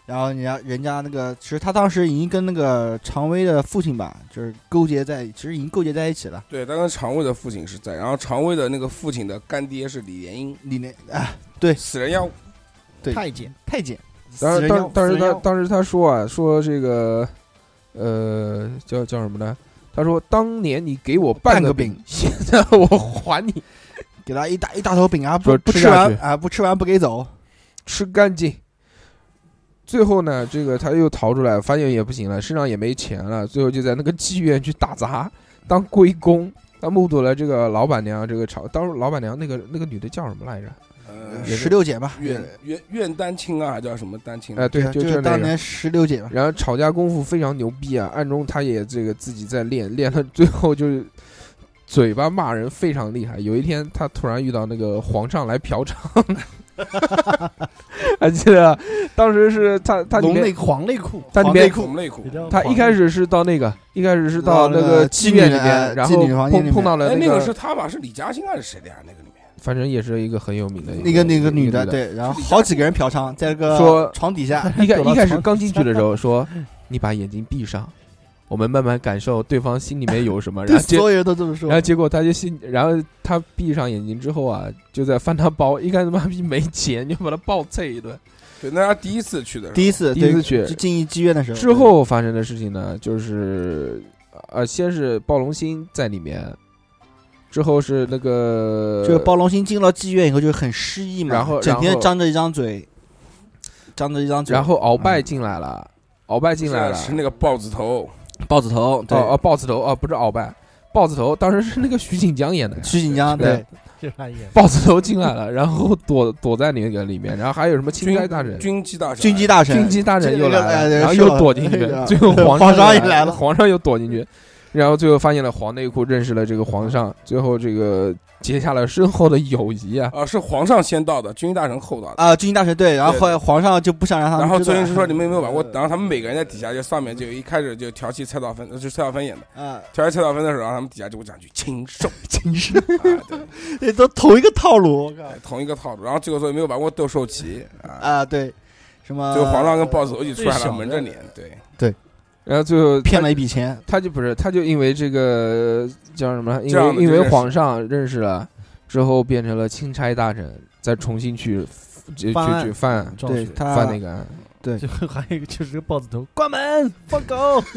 然后人家人家那个，其实他当时已经跟那个常威的父亲吧，就是勾结在，其实已经勾结在一起了。
对，他跟常卫的父亲是在，然后常卫的那个父亲的干爹是李莲英，
李连啊，
死人妖，
对
太监，
太监，
当
死
时
人
当
妖
时当
死
时
人
他
妖
当时他说啊，说这个呃叫叫什么呢？他说当年你给我办
办
个
个
饼
饼，
现在我还你
给他一大一大头饼啊，不
说
不
吃
吃
下
完
去
啊，不吃完不给走。
吃干净。最后呢，这个他又逃出来，发现也不行了，身上也没钱了，最后就在那个妓院去打杂当龟公。他目睹了这个老板娘，这个朝当时老板娘那个那个女的叫什么来着？
呃，
也是
十六姐吧，
苑苑苑丹青啊，还叫什么丹青？
嗯
哎、对，
就
就是
是
那
当
个。
年十六姐吧。
然后吵架功夫非常牛逼啊，暗中他也这个自己在练，练了最后就是嘴巴骂人非常厉害。有一天，他突然遇到那个皇上来 嫖娼， 还记得啊当时是他他里
龙内
面
黄内裤，
他里面
内裤内裤，
他一开始是到那个一开始是到那
到那
个
个
妓院里
妓女
面，
呃
然
妓
后
女房间里
碰
面
碰到了
哎，
那
那
个
个是他吧？是李嘉欣还是谁的呀？那个 里面
反正也是一个很有名的一
那个那个
女
女的，对，然后好几个人嫖娼，在那个
说
床底下，
一 开
躲到
一开始
床
刚进去的时候说：“你把眼睛闭上，我们慢慢感受对方心里面 有什么。” 然
对
后结
所有人都这么说
然，后结果他就心，然后他闭上眼睛之后啊，就在翻他包，一看他妈逼没钱，就把他暴揍一顿。
对，那他第一次去的时候，
第一次
第一次
对
去
就进妓院的时候，
之后发生的事情呢，就是呃，先是暴龙星在里面，之后是那个
对就是暴龙星进了妓院以后就很失意嘛，
呃然后
整
然
天
后
张着一张嘴，张着一张嘴，
然后鳌
嗯
拜进来了，鳌拜进来了，哦
是那个豹子头，
豹子头，啊对，
哦哦，豹子头哦，不是鳌拜，豹子头当时是那个徐锦江演的。
徐锦江
对
对，
就是他演。
豹子头进来了，然后躲躲在那个里面，然后还有什么钦差大臣、
军机大臣，
军机大臣，
军机大臣又来
哎
了，
对
然后
是
又
的
躲进去
哎，呀
最后皇
皇上
也
也来了
皇上又躲进去，然后最后发现了黄内裤，认识了这个皇上，最后这个结下了深厚的友谊啊。
啊，是皇上先到的，军机大臣后到的。
啊，军机大臣对，然后
对
后来皇上就不想让他们
然后
啊知
周
道嗯
星驰说：“你们有没有玩过？”然后他们每个人在底下就上面就一开始就调戏蔡少芬，呃就是蔡少芬演的，
啊，
调戏蔡少芬的时候，然后他们底下就会讲句“禽兽”，
真 是
啊，对，哎
这都同一个套路，我靠
同一个套路。然后最后说有没有玩过斗兽棋啊？
啊，对，什么
就皇上跟豹子头一起出来
最小
了，
的
蒙着脸，对，
然后最后
骗了一笔 钱，
他就不是，他就因为这个叫什么？因
这样
为
的
因
就
为
认识
皇上认识了之后，变成了钦差大臣，再重新去呃去
犯
去
案
去犯
壮
对
士，
他
犯那个案。
就还有一个就是个豹子头，关门放狗，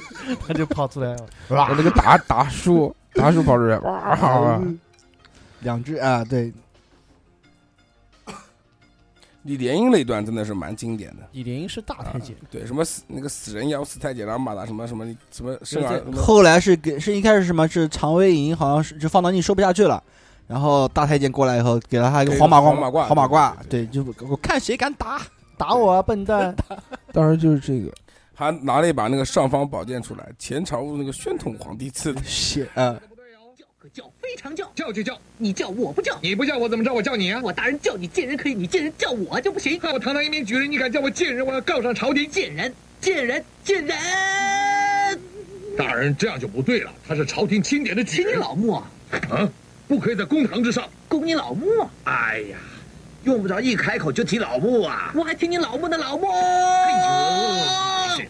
他就跑出来了。
我那个达达叔，达叔跑出来，哇！
嗯
啊
两只啊，对，
李莲英那一段真的是蛮经典的。
李莲英是大太监，
对，什么死那个死人妖、死太监，然后马达什么什么什么生儿
对
什么
后来是给是一开始什么是常威银好像是就放到你说不下去了。然后大太监过来以后，给了他一个
给
黄马
个
褂，
黄马褂
黄马褂，
对
对，就我看谁敢 打，
打我啊，笨蛋！
当然就是这个，
还拿了一把那个尚方宝剑出来，前朝那个宣统皇帝赐的。
血啊，
叫可叫非常叫，
叫就叫，
你叫我不叫，
你不叫我怎么知道我叫你啊？
我大人叫你贱人可以，你贱人叫我就不行。
害我堂堂一名举人，你敢叫我贱人，我要告上朝廷！
贱人，贱人，贱人！
大人，这样就不对了，他是朝廷钦点的举
请你
人，
老木啊，
啊，不可以在公堂之上。
供你老木啊，
哎呀，用不着一开口就提老木啊！
我还听你老木的老木。
哎呦，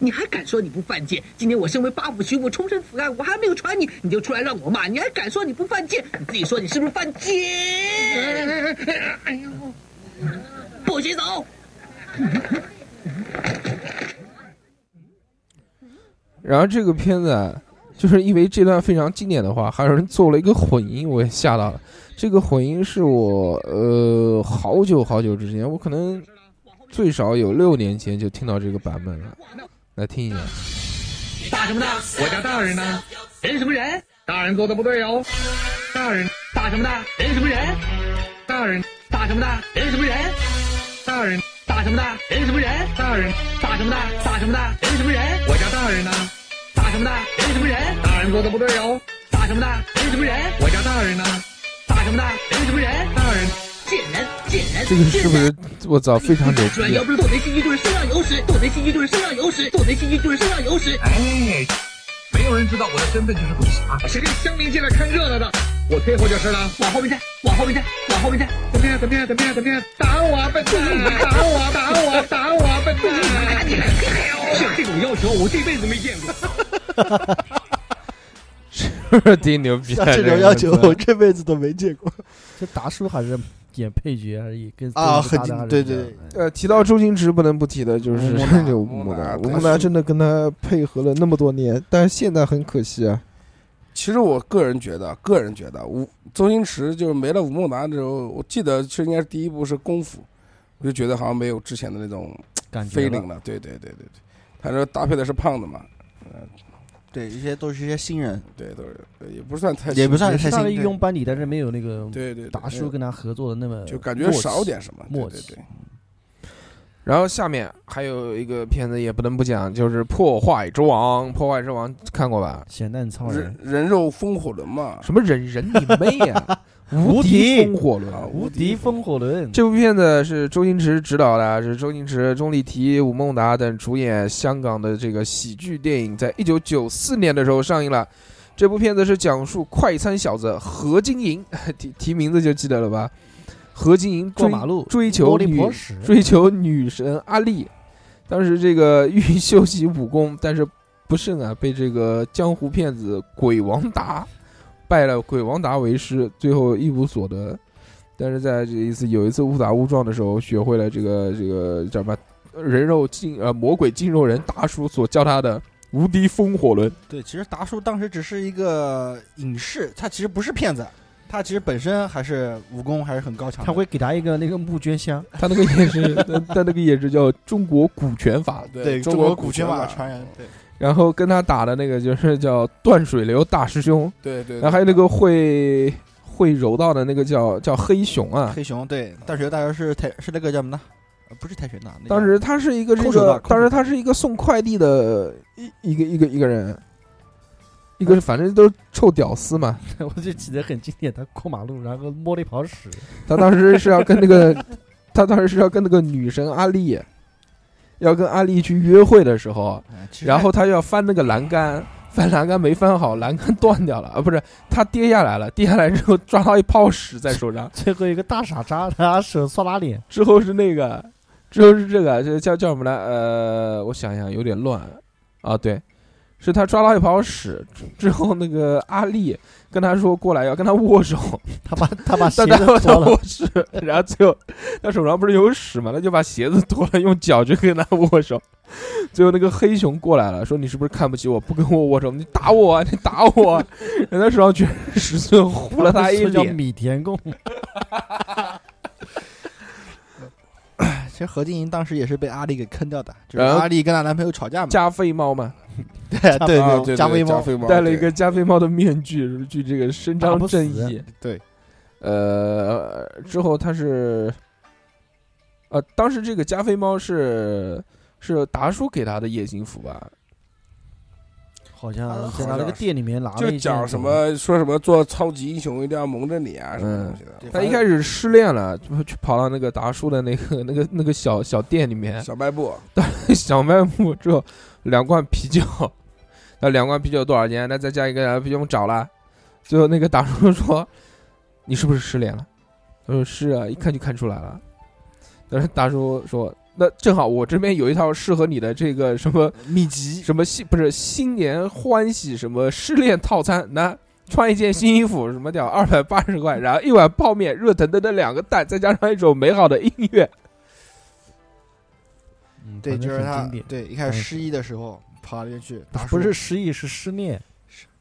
你还敢说你不犯贱？今天我身为八府巡抚，终身伏案，我还没有传你，你就出来让我骂，你还敢说你不犯贱？你自己说你是不是犯
哎
贱？
哎哎哎呦，
不许走！
然后这个片子啊，就是因为这段非常经典的话，还有人做了一个混音，我也吓到了。这个混音是我呃好久好久之前，我可能最少有六年前就听到这个版本了。来听一下，
大什么大？我家大人呢？
人什么人？
大人做的不对哦，大人，
大什么大？人什么人？
大人，
大什么大？人什么人？
大人，
大什么大？人什么人？
大人，
大什么大？大什么大？人什么人？
我家大人呢？
大什么大？人什么人？
大人做的不对哦，
大什么大？人什么人？
我家大人呢？
大什么大？人什么人？
大人。
贱人，贱人，
这个是不
贱人？
是我操非 常牛
转
逼啊？
腰不是剁贼心机就是身上有屎，剁贼心机就是身上有屎，剁贼心机就是身上有屎。
哎，没有人知道我的身份就是鬼侠，我是跟乡民进来看热闹的。我退后就是了。
往后面站，往后面站，往后面站。
怎么样？怎么样？怎么样？怎么样？打我啊，笨蛋！打我啊！打我啊！打我啊，笨蛋！像这种要求，我这辈子没见过。
挺牛逼啊！
像这种
个
要求
我操
我这辈子都没见过
这达叔还是演配角，还是也跟
啊
周星驰
很
搭档
对
是这样哎
对
的
呃，提到周星驰不能不提的就
吴
是
孟达
这吴
孟
孟达，
达
吴
他
孟达
是
真的跟他配合了那么多年，但是现在很可惜啊。
其实我个人觉得，个人觉得吴周星驰就是没了吴孟达之后，我记得是应该是第一部是《功夫》，我就觉得好像没有之前的那种
感觉
飞
了
灵了。对对对对对，他说搭配的是胖子嘛，
对，这些都是一些新人，
对，都是呃也不算太
也不算
也
太
是他的
新，
御
对
用班底，但是没有那个
对对对
达叔跟他合作的那么
就感觉
默契
少点什么，对
默
对
契
对。
然后下面还有一个片子也不能不讲，就是《破坏之王》，《破坏之王》看过吧？
咸蛋超
人
人，
人肉风火轮嘛，啊
什么忍人你妹呀、
无
敌
敌
风火
啊
轮。
无敌风火轮，
这部片子是周星驰执导的，啊是周星驰、钟丽缇、吴孟达等主演香港的这个喜剧电影，在一九九四年的时候上映了。这部片子是讲述快餐小子何金银， 提提名字就记得了吧？何金银
过
追
马路
追求
啰里
女
婆屎，
追求女神阿丽，当时这个欲修习武功，但是不慎啊，被这个江湖骗子鬼王达拜了鬼王达为师，最后一无所得。但是在这一次有一次误打误撞的时候，学会了这个这个叫什么人肉进呃魔鬼进肉人达叔所教他的无敌风火轮。
对，其实达叔当时只是一个影视，他其实不是骗子，他其实本身还是武功还是很高强的。
他会给他一个那个募捐箱，
他那个也是，他他那个也是叫中国股权法。
啊对
中
国
古
拳
法传人，对，
然后跟他打的那个就是叫断水流大师兄。
对对，
然后还有那个会会柔道的那个叫叫黑熊啊，
黑熊对，大学大学是泰是那个叫什么呢？呃不是泰拳的，那个
当时他是一个这
空手道
个，
空手道
当时他是一个送快递的一一个一个一个人，一
哎
个反正都是臭屌丝嘛。
我就记得很经典，他过马路然后摸了一泡屎，
他当时是要跟 那个，他当时是要跟那个女神阿丽，要跟阿丽去约会的时候，
哎其实
然后他要翻那个栏杆，翻栏杆没翻好，栏杆断掉了啊，不是他跌下来了，跌下来之后抓到一泡屎在手上。
最后一个大傻叉，他手刷拉脸，
之后是那个，之后是这个，这叫叫什么来？呃，我想想，有点乱啊。对，是他抓到一泡屎之之后，那个阿丽跟他说过来要跟他握手，
他把 他把鞋
但
子
他他
脱了
握，屎，然后最后他手上不是有屎嘛，他就把鞋子脱了，用脚去跟他握手。最后那个黑熊过来了，说你是不是看不起我，不跟我握手？你打我啊，你打我 啊！人家手上全是屎，最后 糊了他一
说叫
脸。
米田共，
其实何静莹当时也是被阿丽给坑掉的，就是
然后
阿丽跟她男朋友吵架嘛，
加菲猫嘛，
对
啊
对
对
加菲
对加
猫，
菲猫
戴了一个加菲猫的面具， 去这个伸张正
打不
义。
对，
呃，之后他是，呃，当时这个加菲猫是是达叔给他的夜行服吧？
好像
啊
在他那
好
个
像
店里面拿
就
了一
讲
件
什么说什么做超级英雄一定要蒙着你啊什么东西的，
对
他一开始失恋了，就去跑到那个达叔的那个那个那个小小店里
哎
面，
小卖
哦
部
小卖部之后，两罐啤酒，那两罐啤酒多少钱？那再加一个呃不用找了。最后那个大叔说：“你是不是失恋了？”他说：“是啊，一看就看出来了。”但是大叔说：“那正好我这边有一套适合你的这个什么
秘籍
什么新不是新年欢喜什么失恋套餐，那穿一件新衣服什么掉二百八十块，然后一碗泡面，热腾腾的两个蛋，再加上一首美好的音乐，
嗯
对，
反
就
正
是
很
他
经典，
对一开始失忆的时候跑到那边去，打
不
叔
是失忆是失恋，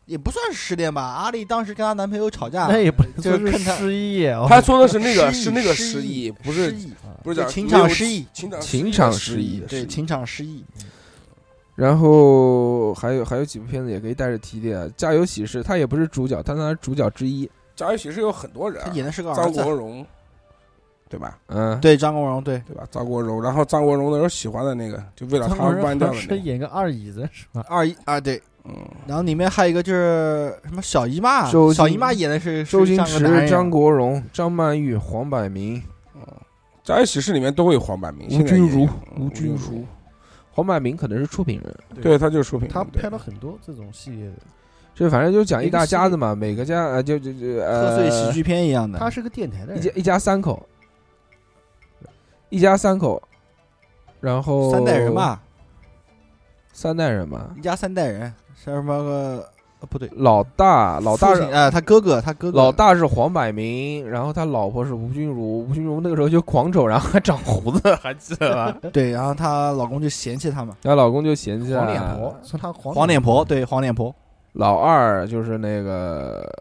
也不算是失恋吧。阿丽当时跟她男朋友吵架，
那也不能
啊就
说
是
是
看他
失忆啊，
他说的是那个
失忆
是那个
失
失
忆
忆，不是
失忆
不是
对
讲
情场
没有
失忆
情场
情
失忆
场
的
失
失
忆
的
对
失
情场失忆，
然后还有还有几部片子也可以带着提的，《家有喜事》他也不是主角，他当然是主角之一。
家有喜事有很多人啊
她，演的是个儿
张
子，
国荣，对吧？
嗯，
对张国荣，对
对吧？张国荣，然后张国荣那时候喜欢的那个，就为了
张
他
国荣
弯掉
好像
的那
是
个，
演个二椅子是吧？
二姨啊对，
嗯，
然后里面还有一个就是什么小姨妈
周，星
小姨妈演的是
周星
是像个男
驰、
人啊
张国荣、张曼玉、黄百鸣、
家有喜事里面都会有黄百鸣，
吴
现在
君
也
如
有、
吴君如，黄百鸣可能是出品人。
对，他就是出品人，
他
对
拍了很多这种系列的，
这反正就讲一
一个
大
系
家子嘛，每个家呃就就就
贺
呃
岁喜剧片一样的，
他是个电台的
一家
人，
一家三口，一家三口，然后
三代人，嘛，
三代人嘛，
一家三代人，像什么个呃不对，
老大老大
父亲啊，他哥哥，他哥哥
老大是黄百鸣，然后他老婆是吴君如，吴君如那个时候就狂丑，然后还长胡子，还记得吧？
对，然后她老公就嫌弃他嘛，
然后老公就嫌弃
黄
了
脸婆，说他黄
黄脸婆，对黄脸婆，
老二就是那个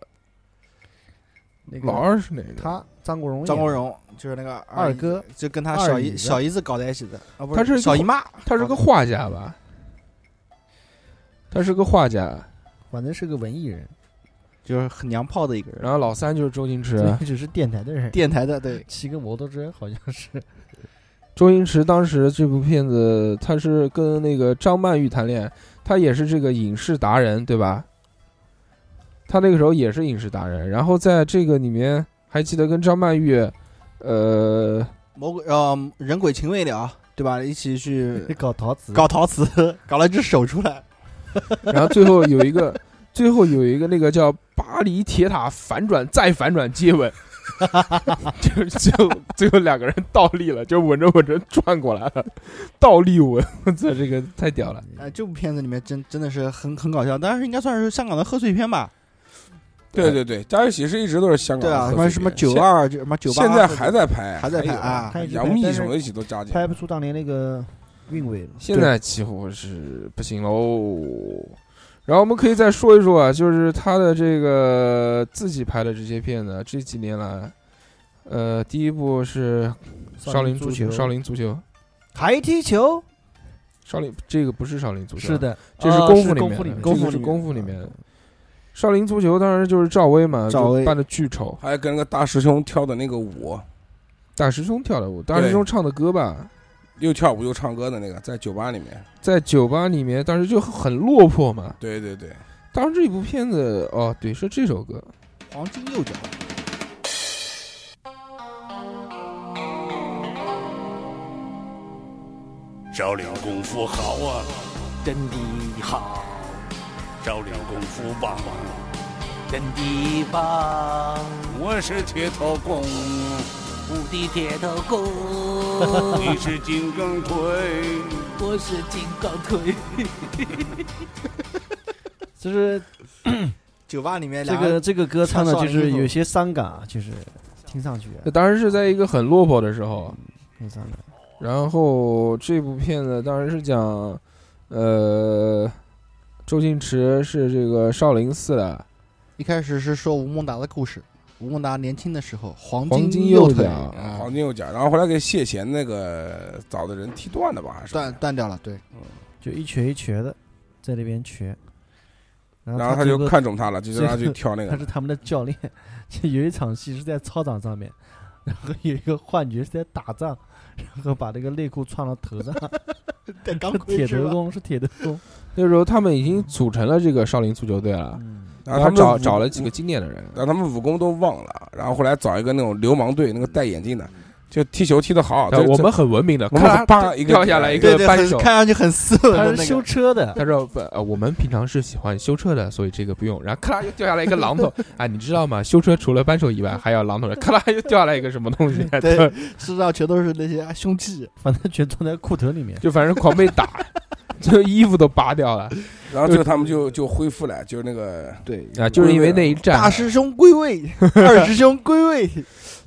那
老
个
二是哪个？
他张国荣演的
张国荣就是那个
二
姨
哥，
就跟他
二
小
姨
姨
子
小姨子搞在一起的，啊不
他是
小姨妈，
他是个画家吧？他是个画家，
反正是个文艺人，
就是很娘炮的一个人，
然后老三就是周星驰，啊
只是电台的人，
电台的对，
骑个摩托车好像是
周星驰当时这部片子，他是跟那个张曼玉谈恋爱，他也是这个影视达人，对吧？他那个时候也是影视达人，然后在这个里面还记得跟张曼玉，呃，
魔鬼呃人鬼情未了，对吧？一起
你
去
搞陶瓷，
搞陶瓷， 搞了一只手出来，
然后最后有一个，最后有一个那个叫巴黎铁塔反转再反转接吻，就就最后两个人倒立了，就吻着吻着转过来了，倒立吻，我操，这个太屌了！
哎，这部片子里面真真的是很很搞笑，但是应该算是香港的贺岁片吧？
对对对，《家有喜事》一直都是香港
对啊，
的
什
贺
么
岁片，
什么九二，什么九八，
现在还在拍，
还在拍
有
啊
他一直
杨
拍
幂
但
什
是
么一起都加进
拍不出当年那个韵味了。
现在几乎是不行喽。然后我们可以再说一说啊，就是他的这个自己拍的这些片子，啊这几年来，呃，第一部是《少林足球》，《少林足球》，
还踢球？
少林这个不是《少林足球》，啊
是的，
这是
呃
功夫里
功
面的，
面
这
的
个是功夫里面的。少林足球当时就是赵薇嘛，
赵
就
薇
扮的巨丑，
还跟那个大师兄跳的那个舞，
大师兄跳的舞，大师兄唱的歌吧，
又跳舞又唱歌的那个，在酒吧里面。
在酒吧里面当时就很落魄嘛。
对对对，
当时这部片子哦，对，是这首歌，
黄金右脚，
少林功夫好啊，真的好。少林功夫棒，啊真的棒。我是铁头功，啊我的铁头功。你是金刚腿，我是金刚腿。
就是
酒吧里面
这
两
个这个歌唱的，就
穿少
是
林衣服
有些伤感啊，就是听上去啊
那当时是在一个很落魄的时候。
很伤感。
然后这部片子当时是讲，呃，周星驰是这个少林寺的
一开始是说吴孟达的故事，吴孟达年轻的时候，黄
黄金
金
右
腿
脚
啊
黄金右脚，然后后来给谢贤那个找的人踢断的吧，还是
断断掉了，对，
就一瘸一瘸的在那边瘸，然
然后
他
他就
最后
看中他了，就让他
最
去
后
跳那
他
个
是。他们的教练， 就有一场戏是在操场上面， 然后有一个幻觉是在打仗，然后把那个内裤穿到头上，
戴钢
铁头功是铁头功，
那时候他们已经组成了这个少林足球队了，
嗯，
然后
他
他
们
们嗯
找
武
找了几个，经典的人，
然后他们武功都忘了，然后后来找一个那种流氓队，那个戴眼镜
嗯
的，就踢球踢得好好。
对，
这
我们很文明的，
我们
咔
啪一个
掉下来一
对
个
对，
扳
很
手。
看上去很斯文
他
的
是
那
修
个，
车的，
他说：“不，呃，我们平常是喜欢修车的，所以这个不用。”然后咔啦又掉下来一个榔头，哎，你知道吗？修车除了扳手以外，还要榔头的。咔啦又掉下来一个什么东西，
对，身上全都是那些凶器，
反正全装在裤头里面。
就反正狂被打， 就衣服都扒掉了
然后最后他们就就恢复了，就是 那个
对，
嗯
啊！就是因为那一战
大，师兄归位，二师兄归位，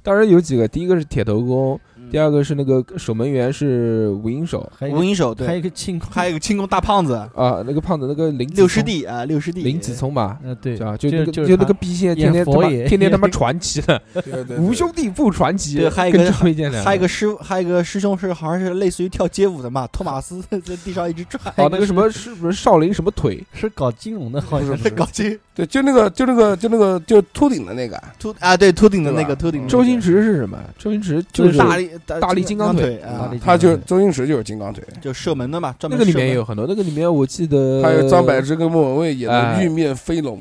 当时有几个，第一个是铁头功，
嗯
第二个是那个守门员是无影手
还有
无
一
影手
个还
对，
有一个庆功，
还有一个清宫大胖子
啊，那个胖子那个林子
六师
聪
弟啊，六师弟
林子聪吧，
呃对
是吧？就
就
那个
就
就那个
他
逼现在天
演
天他
佛
妈
爷
天天 他妈
演
传奇的，
对对
无兄弟不传奇，
对还有一
跟
个
张卫健两
还有一
个
个师，还有一个师兄是好像是类似于跳街舞的嘛，托马斯在地上一直转，
哦，那个什么是不是少林什么腿？
是搞金融的，好像
不是
是
不
搞清
对，就那个就那个就那个就秃顶的那个，
秃啊，对秃顶的那
对
个
吧
秃顶的那个，
周星驰是什么？周星驰就是
大力
大力金刚腿
腿
哪
啊
里，
他
嗯
就
金融的
周星驰就是金刚腿，
就射门的嘛，专
那
门
个里
射
面
门
有很多，那个里面我记得
还有张柏芝跟莫文蔚演的
呃哎
玉面飞龙。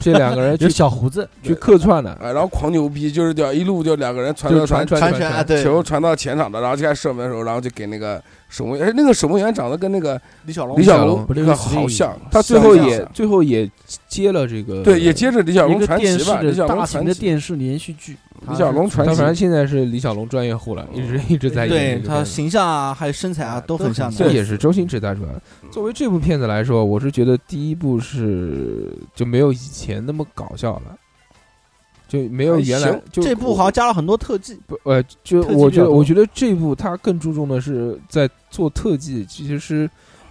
这两个人去
有小胡子，
去客串的，
啊，然后狂牛逼，就是叫一路就两个人传
就
传
传
传
传
拳啊，对，
球传到前场的，然后就开始射门的时候，然后就给那个守门员，哎那个守门员长得跟那个
李小龙
李
小
小
龙
龙那个好像，
他最后
像
也
像
最后也接了这个，
对也接着李小
一
龙
个
传
电
奇
视
吧，
的
李小
大
龙
型
传
的
奇，
电视连续剧，啊
李小龙传
他反正
奇，
现在是李小龙专业户了，一直一直在演
对
这个
他
片子
形象啊，还有身材啊，都很像
这
的。
也是周星驰带出来的。作为这部片子来说，我是觉得第一部是就没有以前那么搞笑了，就没有原
还
来
行
就
这部好像加了很多特技，
不呃，就
特技
我
比
觉
较
得
多
我觉得这部它更注重的是在做特技，其实是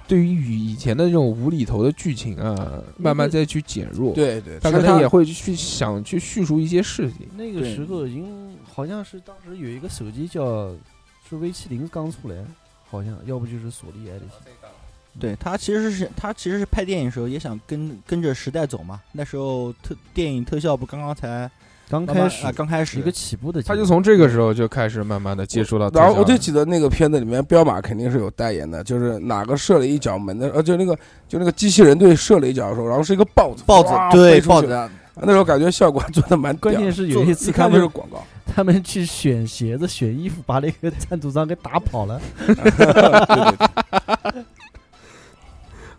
对于与以前的这种无厘头的剧情啊，慢慢再去减弱。，
对对，
但
是
是他也会去想去叙述一些事情。
那个时候已经好像是当时有一个手机叫是 V 七零刚出来，好像要不就是索尼啊爱立信。
啊
嗯
对他其实是他其实是拍电影的时候也想跟跟着时代走嘛。那时候特电影特效不刚刚才
刚
慢慢
开始
啊，刚开始
一个起步的阶
他
段，
就从这个时候就开始慢慢的接触到。
然后我就记得那个片子里面，彪马肯定是有代言的，就是哪个射了一脚门的，呃，就那个就那个机器人队射了一脚的时候，然后是一个豹子，
豹子
哇
对
飞出
豹
去
子，
那时候感觉效果做的蛮屌
关
的，
键是有
做
一次
看
他
就是
们
广告，
他们去选鞋子、选衣服，把那个 赞助商给打跑了。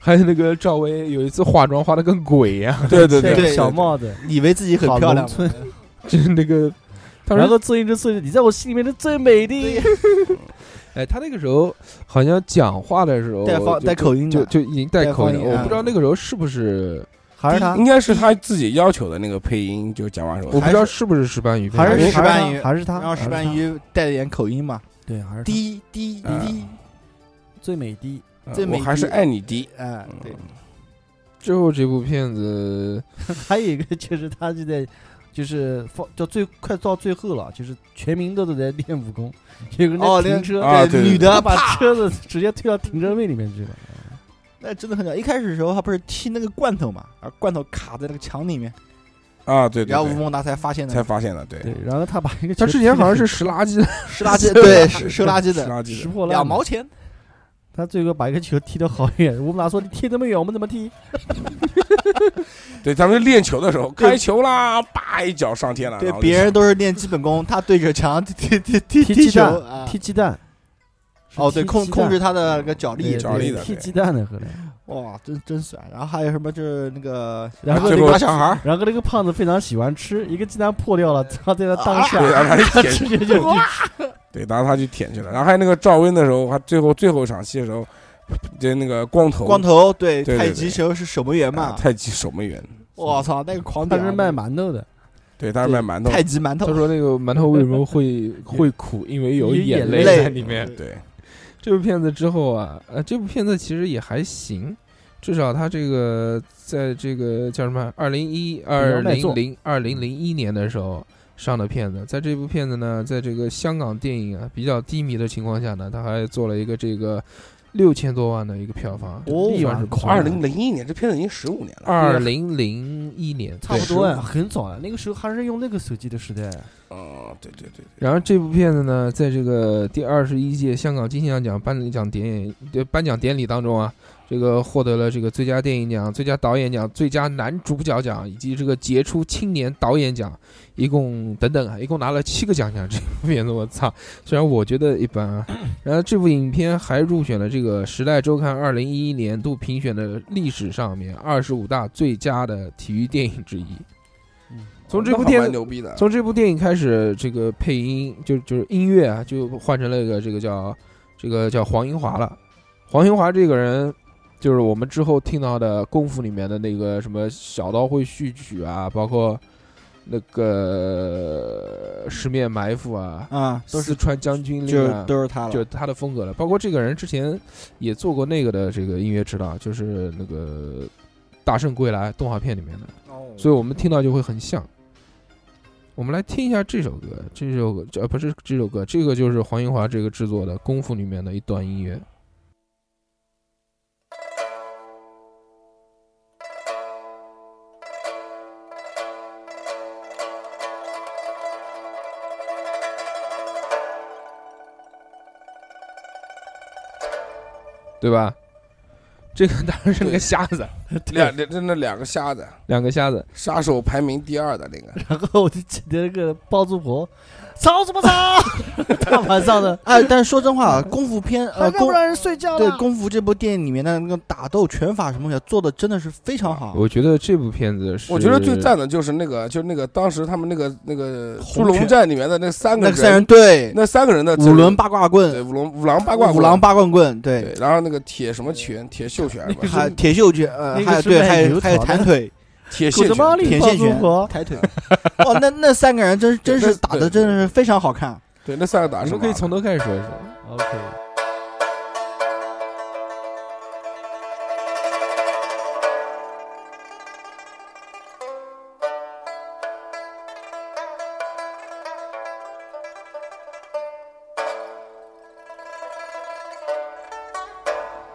还有那个赵薇有一次化妆化的跟鬼一样，
对对
戴
对
个
对，
小帽子，
以为自己很
好
漂
农
亮嘛，
村。
就是那个。他
然
说，
后自行车自行车，你在我心里面是最美的。
哎，他那个时候好像讲话的时候
带方
哦就
带口音
就
的，
就已经带
带
口
方
音了，
言
我不知道那个时候是不是，
还是他
应该是他自己要求的那个配音，就是讲话时
我
候
不知道是不是石斑鱼片，
还
还
是
是
石斑鱼
他还是他，
然后石
还是
斑
他
鱼带了点口音嘛，
对，还是他
滴滴滴，
最美的。
最
嗯，
美
我还是
的
爱你滴，
哎，对，
最后这部片子，
还有一个就是他就在，就是放到最快到最后了，就是全民都在练武功，有个
哦
人在停车，
啊对对
女
他
的
把
啪，
车子直接推到停车位里面去了。
那真的很屌。一开始的时候，他不是踢那个罐头嘛，啊，罐头卡在那个墙里面，
啊，对对，
然后吴
对
孟达才发现
才
的，
发现的，嗯对，
对，然后他把一个
他
球
之前好像
踢
是拾垃圾，
拾垃圾，对，是收垃圾
是
的，
啊垃
得
圾
拾
的，
破烂
两
了
毛钱，
他最后把一个球踢得好远，我们俩说你踢那么远，我们怎么踢？
对，咱们练球的时候开球啦，叭一脚上天了，
对
然，后就
别人都是练基本功，他对着墙踢踢踢踢
踢
踢
鸡
球
蛋
啊，
踢鸡蛋。是
哦，对，
踢
控
鸡蛋
控制他的那个脚力
对，
脚力的
踢
对
鸡蛋的后来，
哇，真真帅。然后还有什么就是那个
然后
最
那
后
个
打小孩儿，
然后那个胖子非常喜欢吃，一个鸡蛋破掉了，他在那当下
啊对，然后他就
他
舔
直接就去
对，然后他去舔去了。然后还有那个赵薇的时候，还最后最后一场戏的时候，就那个光头
光头对
对对
太
对
极时候是守门员
啊
嘛，
太极守门员，
我操，那个狂
他
屌
是
啊，
卖馒头的，
对，他是卖馒头
太，极馒
他
头，
说那个馒头为什么会会苦，因为有
有眼
泪
泪
在里面。
对，
这部片子之后啊，呃，这部片子其实也还行，至少它这个在这个叫什么二零一二
较卖
零
座嗯
零二零零一年的时候上的片子，在这部片子呢，在这个香港电影啊比较低迷的情况下呢，他还做了一个这个六千多万的一个票房，
哦
算是
哇
不
狂
错
二
的
零零一年，这片子已经十五年了，
二零零一年，
差不多啊，很早了，那个时候还是用那个手机的时代，
嗯，对对对，
然后这部片子呢，在这个第二十一届香港金像奖颁奖典礼呃颁奖典礼当中啊，这个获得了这个最佳电影奖、最佳导演奖、最佳男主角奖以及这个杰出青年导演奖，一共等等啊，一共拿了七个奖项。这部片子我操，虽然我觉得一般啊，然后这部影片还入选了这个《时代周刊》二零一一年度评选的历史上面二十五大最佳的体育电影之一。嗯从这部
那还
电
蛮
影
牛逼的，
从这部电影开始，这个配音就就是音乐啊，就换成了一个这个叫这个叫黄英华了。黄英华这个人，就是我们之后听到的《功夫》里面的那个什么小刀会序曲啊，包括那个呃十面埋伏啊，
啊，都
四
是
川将军令
就
啊，
都是他了，
就是他的风格了。包括这个人之前也做过那个的这个音乐指导，就是那个《大圣归来》动画片里面的。
哦
所以我们听到就会很像。我们来听一下这首歌，这首歌这呃不是这首歌，这个就是黄英华这个制作的《功夫》里面的一段音乐。对吧？这个当然是那个
对
瞎子，
两两真的两个瞎子，
两个瞎子，
杀手排名第二的那个，
然后我就记得那个包租婆，吵什么吵？大晚上的，
哎，但是说真话，功夫片呃
还让
功
不让人睡觉
对
了？
功夫这部电影里面的那种打斗拳法什么的做的真的是非常好，
我觉得这部片子是，
我觉得最赞的就是那个，就是那个当时他们那个那个
红
猪
雀
龙战里面的那三个
那个三
人
人，队，
那三个人的
五轮八卦
对
棍，
五龙五郎八卦
五郎八卦棍，
对
对，，
然后那个铁什么拳，铁袖拳吧，
还有铁锈拳，呃，
那个
还有
是
对，
卖
还有
油
还有
条的
弹 腿，
铁
狗
线
他妈
拳，
的
田
包
线
租
拳
婆，
抬腿。哦，那那三个人真真是打的真的是非常好看。
对，那三个打啊
你
是
们可以从头开始说一说。
OK，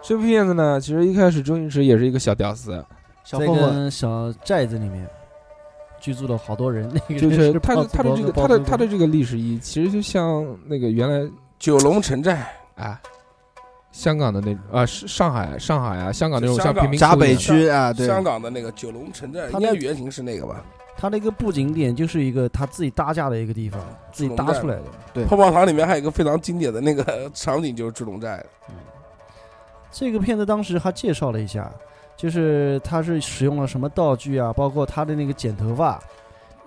这部片子呢，其实一开始周星驰也是一个小屌丝，
小
在
混混，
跟小寨子里面，居住了好多人，那个
就
人
是他
胖
的
子
他的
包
这个
包
他的
租
他的
公
这个历史意义，其实就像那个原来
九龙城寨，
啊，香港的那啊是上海上海啊香港那种
香
像
港
贫民
闸
窟一
北
样
区啊，对，
香港的那个九龙城寨，
他
应
那
该原型是那个吧？
他那个布景点就是一个他自己搭架的一个地方，自己搭出来的。
对
泡泡糖里面还有一个非常经典的那个 场景，就是九龙寨。
这个片子当时还介绍了一下，就是他是使用了什么道具啊，包括他的那个剪头发，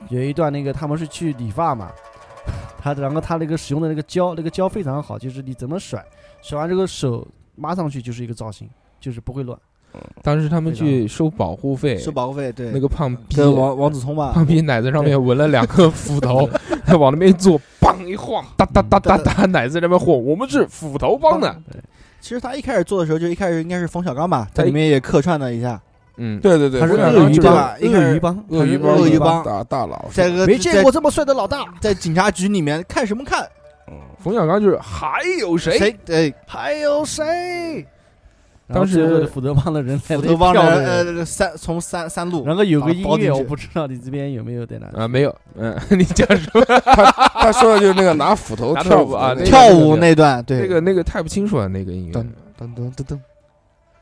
有一段那个他们是去理发嘛， 他然后他那个使用的那个胶，那个胶非常好，就是你怎么甩，甩完这个手抹上去就是一个造型，就是不会乱。
当时他们
非常
去收保护费，
收保护费，对，
那个胖逼
跟王王子聪吧，
胖逼奶子上面纹了两个斧头，他往那边一坐，梆一晃，哒哒哒哒哒，奶子在那边晃。我们是斧头帮的，
其实他一开始做的时候，就一开始应该是冯小刚吧，在
他一
里面也客串了一下，
嗯，
对对对，
他是
不然
鳄鱼
就是
帮
吧，一开
鳄
始
鱼帮，
鳄鱼帮，
鳄鱼帮
大大佬，
在个
没见过这么帅的老大。
在在警察局里面看什么看？
嗯
冯小刚就是还有谁？
谁？哎对，
还有谁？
当时
然后最后的斧头帮的人来
斧
了
头
一
帮
票
人
人，
呃三从三三路
然后有个音
包进
乐，我
去
不知道你这边有没有在那。
啊，没有，嗯， 你讲什么？
他说的就是那个拿斧头
拿
跳
豆
舞
腐啊
的
那
那个
跳舞那段，对，
那个那个太不清楚了，那个音乐
噔。噔噔噔噔，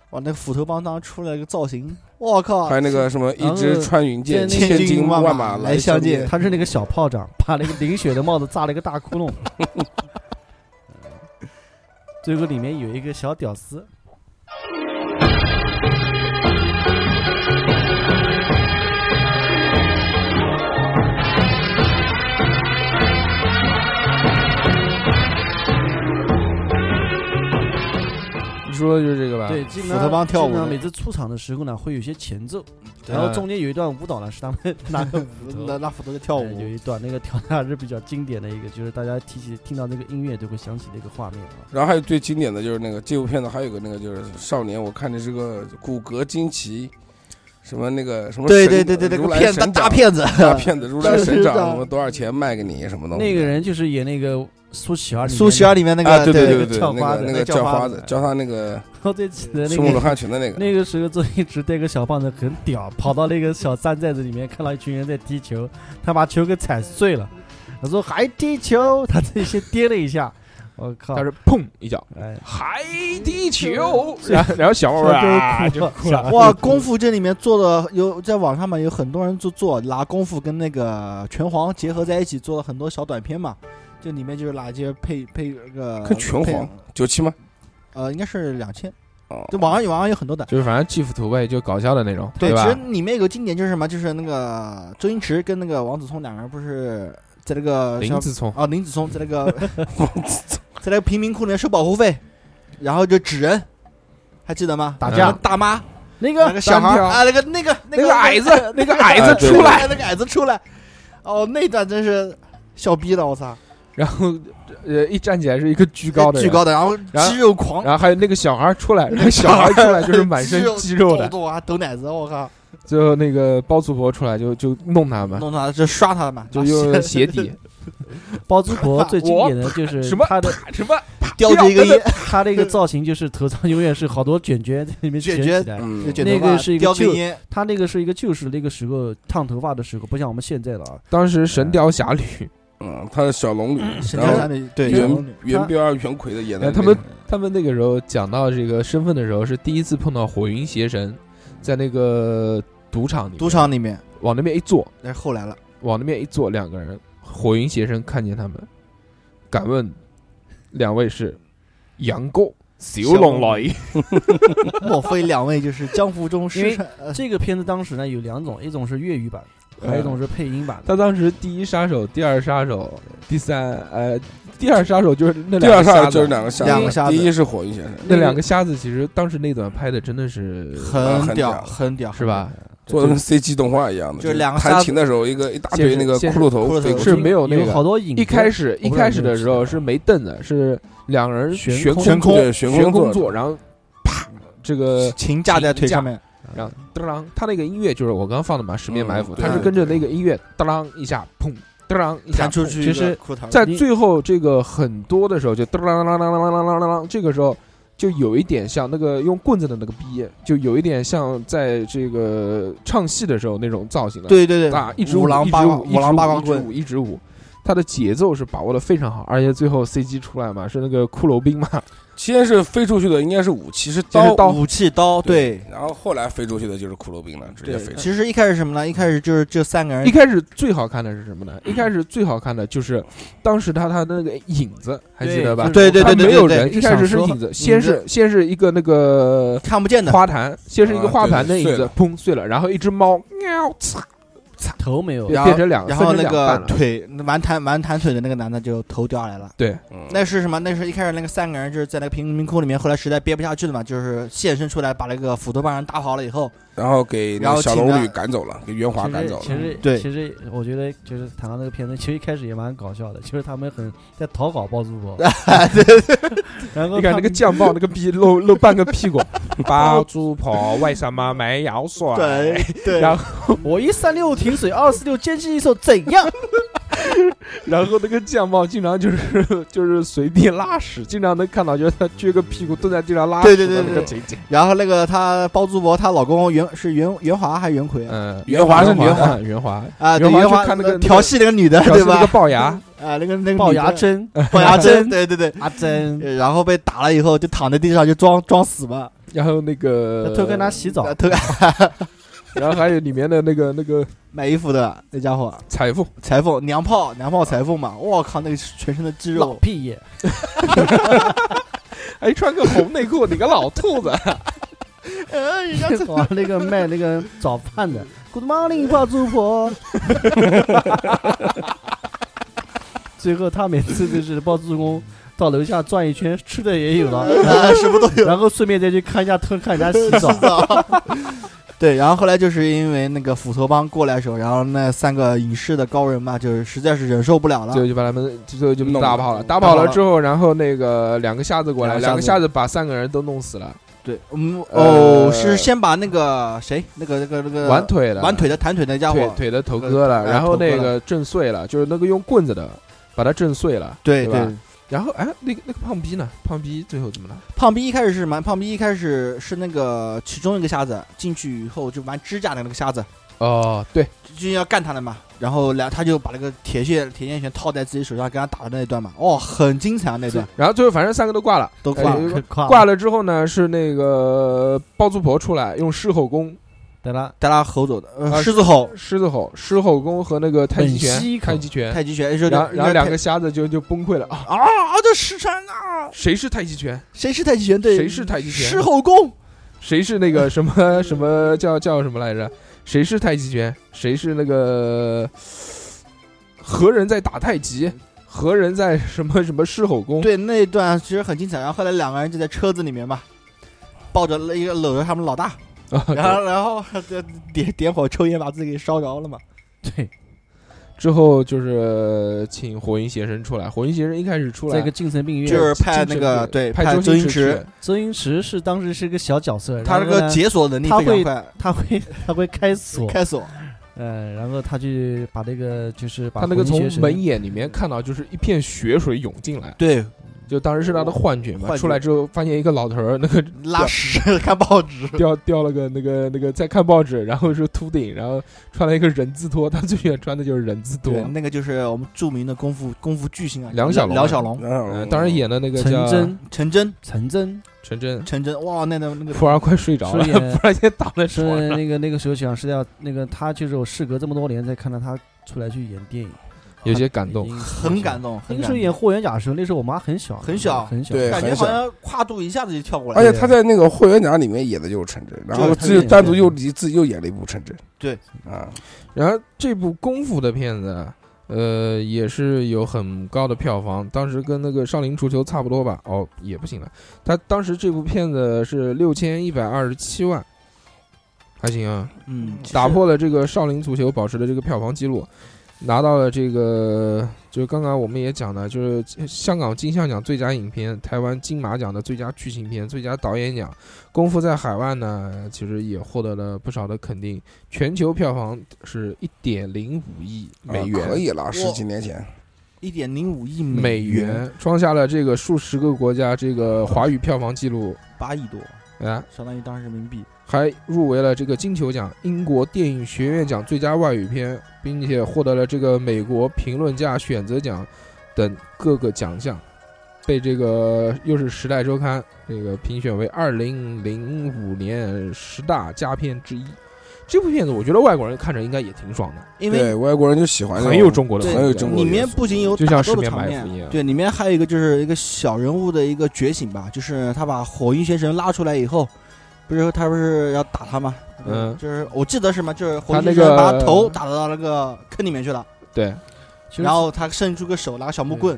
哇，那个斧头帮当时出来一个造型，我靠，
还有那个什么一
然
直
后
穿云箭，
千军
军
万
万
马
马
来
来
相见
他是那个小炮仗，把那个淋血的帽子炸了一个大窟窿。 最后里面有一个小屌丝，
你说的就是这个吧？
对，，基本
斧头帮
上基
跳舞
本上
的啊
每次出场的时候呢，会有一些前奏，
对
然后中间有一段舞蹈呢，是 他们拿 个
斧
斧
头
头
拿拿斧头在跳
呃有
舞，
一段那个跳还是比较经典的一个，就是大家提起听到那个音乐都会想起的一个画面啊。
然后还有最经典的就是那个这部片子，还有一个那个就是少年，我看的是个骨骼惊奇，什么那个什么
对
神
对对对对，
如
个
来
骗
神
大大
掌
骗子，
大骗子如来神
是的
掌，什么多少钱卖给你什么东西？
那个人就是演那个苏乞儿里面的，
苏乞 儿里面那
啊，
个
对
对
对对，
叫
那
花
个
子
那
那
个
叫
叫
花
花
子
子，叫他那个
然后最起的那
苏姆
个
鲁汉群的那个，
那个时候，周星驰带个小胖子很屌，跑到那个小山寨子里面，看到一群人在踢球，他把球给踩碎了，他说还踢球，他自己先跌了一下，我靠
他！是砰一脚，
哎，
海底球， 然后然后小 伙伴啊
就
就
哭
哭
了
了。
哇，功夫这里面做的有，在网上嘛有很多人做做拿功夫跟那个拳皇结合在一起，做了很多小短片嘛。这里面就是拿一些配配个
跟拳
配
皇九七吗？
呃，应该是两千。
哦，
就网上有网上有很多的。
就是反正欺负土味就搞笑的那种，
对，其实
吧？
里面有个经典就是什么，就是那个周星驰跟那个王子聪两个人不是在那个
林子聪，
啊林子聪在那个在那个贫民窟里面收保护费，然后就指人，还记得吗？
打
架
嗯大妈
那
那
个
个小孩
单
儿
挑
啊，那个那个那
那个矮子
那个
矮子
出
来，那个矮子出来，哦，那段真是笑逼了，我操，
然后呃 一站起来是一个巨高的人
巨高的，然后
然后
肌肉狂，
然后还有那个小孩出来，那个小孩出来就是满身肌 肉的
抖，抖啊，抖奶子，我靠，
最后那个包租婆出来就就弄他们，
弄他就刷他嘛，啊
就
拿
用 鞋底
包租婆最经典的就是
什么哎
他的
什么
叼着一个烟，
他那个造型，就是头上永远是好多卷卷在里面卷
卷卷
起来。
嗯
就，卷
那
头
个
发
是一个
叼根
旧
烟，
他那个是一个旧式那个时候烫头发的时候，不像我们现在了啊。
当时《神雕侠侣》
嗯，他是小龙女，
沈
然
家
后
山的对
小
对
龙
袁
女
袁彪、袁奎的演的
哎
那个，
他们他们那个时候讲到这个身份的时候，是第一次碰到火云邪神，在那个赌场里面，
赌场里面，
往那边一坐，
那是后来了，
往那边一坐，两个人，火云邪神看见他们，敢问两位是杨过、小龙女？
莫非两位就是江湖中
因为
失传？呃
这个片子当时呢有两种，一种是粤语版，
呃
还有一种是配音版的。
他当时第一杀手、第二杀手、第三呃，第二杀手就是那
第二
个瞎
上
子
就是两个瞎
两个瞎子
第一是火云先生，
那两个瞎子，其实当时那段拍的真的是
很
很屌
屌，很屌，
是吧？
做的跟 CG 动画一样的，
就是两个瞎
弹
子
琴的时候，一个一大
先
堆
是
那个
先
骷
是
髅头
骷髅
飞
头
过
是
去，
没有那
有好
个。
多影
一
片
开始
我
一
不知道
开
你
始
有没有
的时候
知道
是没凳子，是两人
悬
悬
空
空坐
对悬
悬
空
空
坐
坐，然后啪这个
琴架在腿上面，
然后噔啷，他那个音乐就是我刚刚放的嘛，《十面埋伏》
嗯
他是
对
跟着那个音乐噔啷一下，砰噔啷一下
弹，出去一
其实
个裤头，
在最后这个很多的时候就噔啷啷啷啷啷啷啷啷啷，这个时候就有一点像那个用棍子的那个逼，就有一点像在这个唱戏的时候那种造型了。
对对对，
啊，一直
五
舞
郎
一
八
直
卦
舞
五郎八卦
一直
棍
舞，一直舞，他的节奏是把握的非常好，而且最后 CG 出来嘛，是那个骷髅兵嘛，
先是飞出去的应该是武器是
先
刀
是，刀
武器刀，对
然后后来飞出去的就是骷髅兵了，直接飞出去。
其实一开始什么呢？一开始就是这三个人
一开始最好看的是什么呢？一开始最好看的就是当时他他那个影子，还记得吧？
对对
他
对对
没有
对对
人，一开始是影子，先是先是一个那个
看不见的，
花坛，先是一个
啊
花坛的影
对对碎
子
了，
砰碎了，然后一只猫，喵，嚓
头没有，
然后
变成两，
然
分
后
成
那
两
个
半了。
腿玩弹玩弹腿的那个男的就头掉下来了。
嗯
那是什么？那是一开始那个三个人就是在那个贫民窟里面，后来实在憋不下去了嘛，就是现身出来把那个斧头帮人打跑了以后，
然后给那
然
个
后
小
请
龙
他
女赶走了，给袁华赶走
其
了。
实
对
其实我觉得就是谈到那个片子，其实一开始也蛮搞笑的，就是他们很在讨好包租婆， 然后
你看
他
那
们
个酱爆那个逼露露半个屁股，包租婆为什么没有水？
哦对
然
然
后
后
我一三六停水，二四六坚气一手，怎样？
然后那个酱爆经常就是就是 随地拉屎，经常能看到就是他撅个屁股蹲在地上拉
对对
屎
对
的那个
对
情景。
然后那个她包租婆她老公袁是袁袁华还是袁奎啊？
嗯，
袁华是袁华，
嗯 袁华，
啊，对
袁华
袁
去
华
看那个
调戏那个女的
表
对
示那个
吧？
龅牙，
啊，那个那个
龅
女
牙
的
针，
龅牙针，
针
对对对。
阿珍，
然后被打了以后就躺在地上就装装死嘛，
然后那个
偷看他洗澡
啊，
哦
偷
然后还有里面的那个那个
买衣服的那家伙，
彩凤，
裁缝娘炮娘炮裁缝嘛，我靠，那个全身的肌
老
肉，
屁眼，
哎，穿个红内裤，你个老 兔子，
呃，人家这
搞那个卖那个早饭的，Good morning，包租婆。 最后他每次就是包租公到楼下转一圈，吃的也有 了，
啊什么都有。
然后顺便再去看一下偷看人家洗澡。
对，然后后来就是因为那个斧头帮过来的时候，然后那三个影视的高人嘛，就是实在是忍受不了了
最，后就把他们最后就
弄
打
了
跑了，
嗯
打
打
跑
跑
了
了
之后，然后那个两个瞎子过来，两
两
个
个瞎子
瞎子把三个人都弄死了，
对，嗯，
呃
哦，是先把那个谁，那个那个那个
玩腿
呃
的，
玩腿的弹腿那家
腿
伙，
腿的头割了，
呃
然后
头割
那
了
个震碎了，就是那个用棍子的把它震碎了，
对
吧
对？，
然后哎，那个那个胖逼呢？胖逼最后怎么了？
胖逼一开始是什么？胖逼一开始是那个其中一个瞎子进去以后就玩指甲的那个瞎子，
哦，对，
就要干他了嘛。然后俩他就把那个铁线铁线拳套在自己手上，给他打的那一段嘛，哦，很精彩啊那段
然后最后反正三个都挂了，
都
哎
挂
有
了
一个
挂
挂了之后呢，是那个包租婆出来用狮吼功、
对了，
带他吼走的，
啊
呃，狮子吼、
狮子吼、狮吼功和那个太极
本溪
拳、
口
太极拳，
太极拳，哎然
然后然后两个瞎子就就崩溃了啊！
啊啊，这石川啊，
谁是太极拳？
谁是太极拳？对，
谁是太极拳
狮吼功，
谁是那个 什么什么叫叫什么来着？谁是太极拳？谁是那个何人在打太极？何人在什么什么狮吼功？
对，那一段其实很精彩。然后后来两个人就在车子里面嘛，抱着一个搂着他们老 大，
啊，
然后然后呃点点火抽烟，把自己给烧着了嘛。
对，
之后就是请火云邪神出来。火云邪神一开始出
在
来
一个精神病
就
院，
是派那个对
派
派
周
周
星
星
驰
驰
去，
周星驰是当时是个小角色，
他这
然后
个
呢
解锁能力
他
非常
会
快，
他会他会开锁，
开锁。
嗯，然后他去把那个就是把
他那个
红衣
从
学生
门眼里面看到就是一片血水涌进来，
对，
就当时是他的幻觉
幻
嘛。
觉
出来之后发现一个老头儿，那个
拉屎 看报纸，
掉掉了个那个那个在看报纸，然后是秃顶，然后穿了一个人字拖，他最喜欢穿的就是人字拖。
对，那个就是我们著名的功夫功夫巨星啊，
梁小龙
梁小龙、
嗯，
嗯，
当然演的那个
陈
叫
真
陈真、
陈真
陈真，
陈真，哇，那那那个
突然快睡着了，
是演
突然间躺在
是
床上。
那个那个时候想是要那个他就是我事隔这么多年才看到他出来去演电影，
有些感动
已经
很感。动，
那
很感
个时候
动
演霍元甲的时候，那时候我妈很小，
很小
很小，
对
感觉
很小
好像跨度一下子就跳过来
而
哎
了。
且他在那个《霍元甲》里面演的就是陈真，然后
就是
自己
陈真
单独
对
又自自己又演了一部陈真。
对
啊，
然后这部功夫的片子啊，呃，也是有很高的票房，当时跟那个《少林足球》差不多吧？哦，也不行了，他当时这部片子是六千一百二十七万，还行啊，
嗯，其实
打破了这个《少林足球》保持的这个票房记录。拿到了这个，就是刚刚我们也讲了，就是香港金像奖最佳影片、台湾金马奖的最佳剧情片、最佳导演奖。《功夫》在海外呢，其实也获得了不少的肯定，全球票房是一点零五亿美元，
啊可以了，
我
十几年前
一点零五亿
美
元，
元，创下了这个数十个国家这个华语票房记录，
八亿多，
啊，
相当于当时人民币。
还入围了这个金球奖、英国电影学院奖最佳外语片，并且获得了这个美国评论家选择奖等各个奖项，被这个又是《时代周刊》这个评选为二零零五年十大佳片之一。这部片子我觉得外国人看着应该也挺爽的，
因为
对外国人就喜欢这
很有中国的
哎对
风格，
很有中国
里
元
面
素
不仅有
就像
打
《
斗
十
的
面
场
埋伏》
面，
一样。
对，里面还有一个就是一个小人物的一个觉醒吧，就是他把火云邪神拉出来以后，不是他不是要打他吗？
嗯
就是我记得是吗？就是火云
他那
邪神把他
个
头打到那个坑里面去了，
对，
其实
然后他伸出个手拿个小木棍，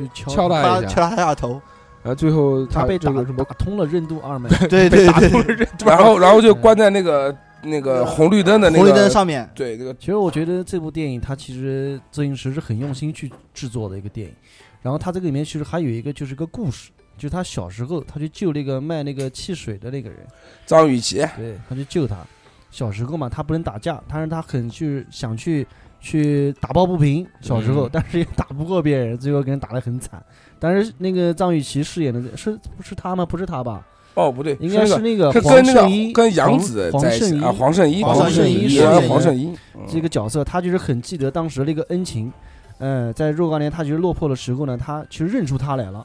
就
敲他
敲
把他
嗯一
敲
下，
他下 头。
然后呃最后
他被
这
打
个什么
打通了任督二脉，
对对对，
然后然后就关在那个那个红绿灯的那个
红绿灯上面，
对那个
其实我觉得这部电影它其实周星驰是很用心去制作的一个电影，然后它这个里面其实还有一个就是个故事，就是他小时候他去救那个卖那个汽水的那个人，
张雨绮，
对，他去救他。小时候嘛，他不能打架，但是他很去想去去打抱不平。小时候，
嗯
但是也打不过别人，最后给人打得很惨。但是那个张雨绮饰演的是不是他吗？不是他吧？
哦不对，
应该
是
是
那
那个
个
呃
是
黄
跟那
圣依
个跟杨
黄
紫
黄
在一
圣
起
依
啊，黄圣依，
黄
圣依
依，
是
啊
演
黄
员
圣依，嗯
这个角色，他就是很记得当时那个恩情。呃，在若干年他觉得落魄的时候呢，他其实认出他来了。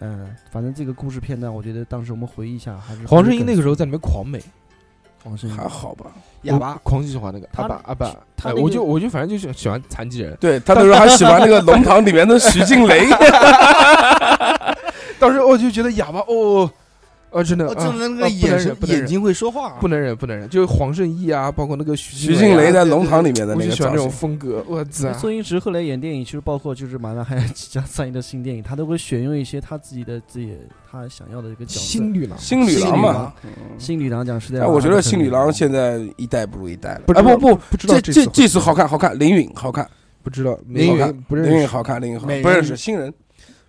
嗯、反正这个故事片段，我觉得当时我们回忆一下，还是
黄圣依那个时候在里面狂美，
黄圣依
还好吧？
哑巴
我狂喜欢那个
他
阿爸阿爸，
他
哎
那
我
个
就我就反正就是喜欢残疾人。
对他那时候还喜欢那个龙堂里面的徐静蕾，
当时我就觉得哑巴哦，呃，真的，
我
啊
就那
啊
个
不能
眼
忍
神
不能
眼
忍，
睛会说话，啊
不能忍，不能忍，就是黄圣依啊，包括那个徐
徐
静
静
蕾
蕾
啊，
在龙堂里面的
我
那
就
个
喜欢
造
这种
型。
风格，我操！
周星驰后来演电影，其实包括就是马上还有即将上映的新电影，他都会选用一些他自己的自己他想要的一个角色。
新女郎，
新女
新
郎
女
嘛
郎，啊新女郎讲实在
哎，
话，
我觉得新女郎
现
现在一代不如一代了。
不知
哎，
道
不不，
不知道
这
这
这
次
这次好看，好看，林允好看，
不知道
林
林
允
允不
林
认
允
识，
好看，林允好
美
看，
人
不认识新人。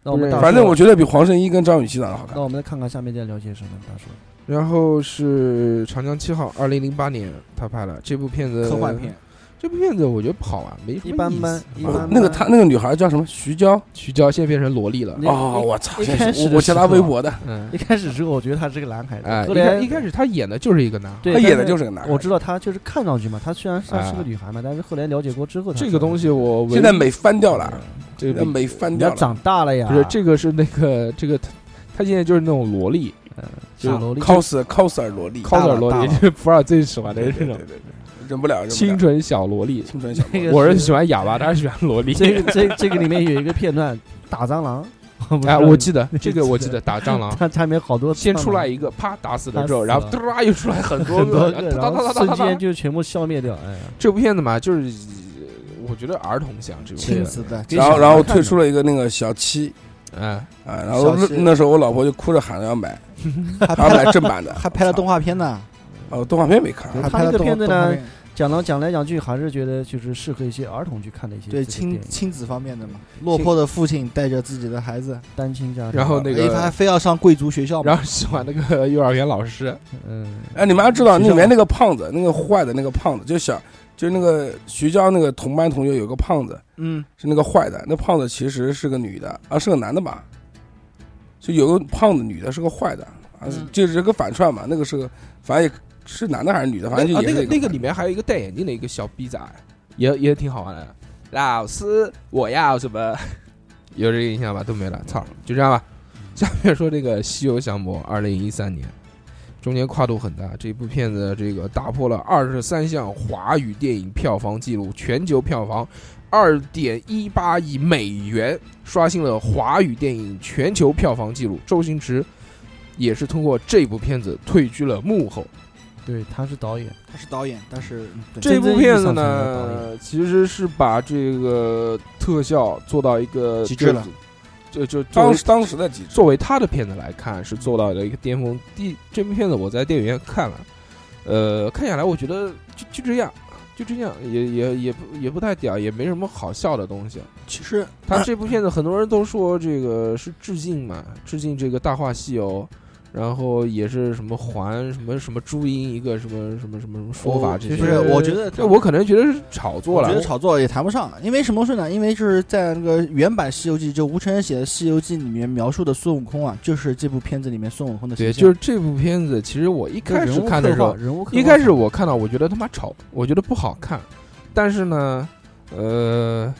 那我们大啊叔
反正我觉得比黄圣依跟张雨绮长得好看
那。我们再看看下面再聊些什么。大叔，
然后是《长江七号》，二零零八年他拍了这部片子，
科幻片，。
这部片子我觉得不好玩，没什么
一般
意思
般一般
啊
般
那个她那个女孩叫什么？徐娇。
徐娇现在变成萝莉了，
那
哦，我操！
一
真
开
是
始
我我加她微博的，
嗯
一，开始时候我觉得他是个男孩子，
哎，
后
一
来
开一开始他演的就是一个男孩。
对。
她演的就是是个男孩
我。知道他就是看上去嘛，他虽然她是个女孩嘛，但是后来了解过之后，
哎这个东西我唯一
现在美翻掉了，
嗯这
现在
个
美翻
你
掉
要
了。
长大了呀，
不是这个是那个这个他他现在就是那种萝莉，
小萝莉，
cos coser 萝莉，
靠点萝
大
莉，
佬
就是普洱最喜欢的
对
这
对对
种
对，对忍不了，忍不了
清纯小萝莉。
青春小萝
这
莉
个
我是喜欢哑巴，他是喜欢萝莉。
这个这个这个里面有一个片段打蟑螂，我不知
哎，
道
我
你
记得这个，我记得打蟑 螂，
它下面好多
先
蟑
出来
螂
一个，啪打死
打
了之后，
死
然后
了
嘟啦又出来很多
很多
个，哒
个，然
哒
后
哒哒
瞬
哒哒
间
哒。
就全部消灭掉。哎呀，
这部片子嘛，就是呃我觉得儿童像这部片
亲子
子，
的，
然后，然后退出
了，
了一个那个小七
哎，
啊，然后那
小七
那时候我老婆就哭着喊着要买，
还
她
拍
要
了
买正版的，
还拍了动嗯画片呢，
哦，动画片没看，
还
他
拍
那
了
个
动画
片子
动画
呢，
片，
讲了讲来讲去，还是觉得就是适合一些儿童去看的一些
对
这个电
亲
影
亲子方面的嘛。落魄的父亲带着自己的孩子，
单亲家庭。啊
然后那
哎他还
个，
非要上贵族学校嘛
然，后喜欢那个幼儿园老师，
嗯，
哎，你们要知道，
学
那
校
里面那个胖子，那个坏的那个胖子，就小，就那个徐娇那个同班同学有个胖子，
嗯，
是那个坏的，那胖子其实是个女的啊，是个男的吧？就有个胖子女的是个坏的啊，
嗯
就是个反串嘛，那个是个，反正也是男的还是女的，
啊
反正
哎哦
就也
那
是
个
一
那个
反
里面还有一个戴眼镜的一个小逼崽，也也挺好玩的。老师，我要什么？ 有这个印象吧？都没了，操，就这样吧。下面说这个《西游降魔》，二零一三年，中间跨度很大。这部片子这个打破了二十三项华语电影票房记录，全球票房二点一八亿美元，刷新了华语电影全球票房记录。周星驰也是通过这部片子退居了幕后。
对，他是导演，
他是导演，但是嗯对
这部片子
真正意义上讲的导
呢，其实是把这个特效做到一个
极致了，
就就作
当
为
时当时的几
作为他的片子来看，是做到了一个巅峰。第这部片子我在电影院看了，呃，看下来我觉得就就这样，就这样，也也也不也不太屌，也没什么好笑的东西。
其实
他这部片子很多人都说这个是致敬嘛，致敬这个《大话西游》，然后也是什么还什么什么注音一个什么什么什么什么说法
我
这
哦其
些，
实我觉得
这我可能觉得是炒作
我
了
觉得。炒作也谈不上，因为什么事呢？因为就是在那个原版《西游记》就吴承恩写的《西游记》里面描述的孙悟空啊，就是这部片子里面孙悟空的形
对，
象
就是这部片子，其实我一开始看的时候，
人物刻画
一开始我看到我觉得他妈炒，我觉得不好看，但是呢，呃，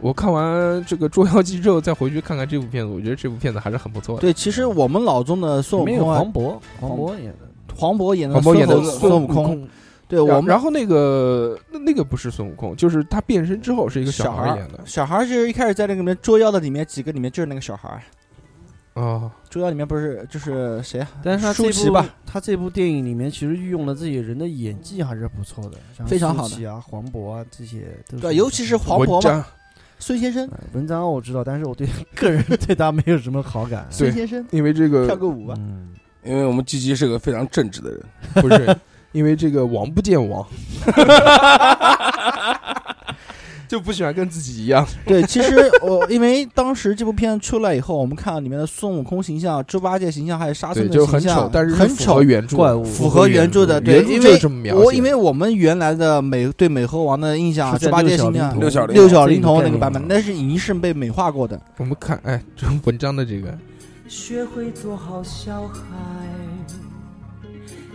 我看完这个《捉妖记》之后再回去看看这部片子，我觉得这部片子还是很不错的。
对，其实我们脑中的孙
里
悟
面有
空啊，
黄渤，黄渤演的，
黄渤演的
黄渤演的
孙猴孙悟空，，对我
然
们
然后那个那那个不是孙悟空，就是他变身之后是一个
小
孩
孩儿
演的
小孩儿就是一开始在那个里面捉妖的里面几个里面就是那个小孩儿，
哦，
捉妖里面不是就是谁啊？
但是他
舒
这
淇
部
吧，
他这部电影里面其实运用了这些人的演技还是不错的，像
非常好的
舒淇啊、黄渤啊这些都
对，尤其是黄
文
渤嘛，
章
孙先生，
嗯
呃文章我知道，但是我对 个人对他没有什么好感。
对
孙先生
因为这
跳
个
个 舞吧，
嗯，
因为我们鸡鸡是个非常正直的人，
不是因为这个王不见王，就不喜欢跟自己一样。
对，其实我因为当时这部片出来以后，我们看到里面的孙悟空形象、猪八戒形象还有沙
对，
僧的
就很
形
丑
象，，
但是
很
符合
丑，
原著
怪物
符合原著的。对，
原
因
著就是
为
这么描写的。
我因为我们原来的美对美猴王的印象，
是
猪
在
八戒
六小
形
龄
象
嗯
童
六小龄
六
这
小
个
龄童
概
那个
念
版本
嘛，
那是已经是被美化过的。
我们看，哎，这文章的这个
学会做好小孩，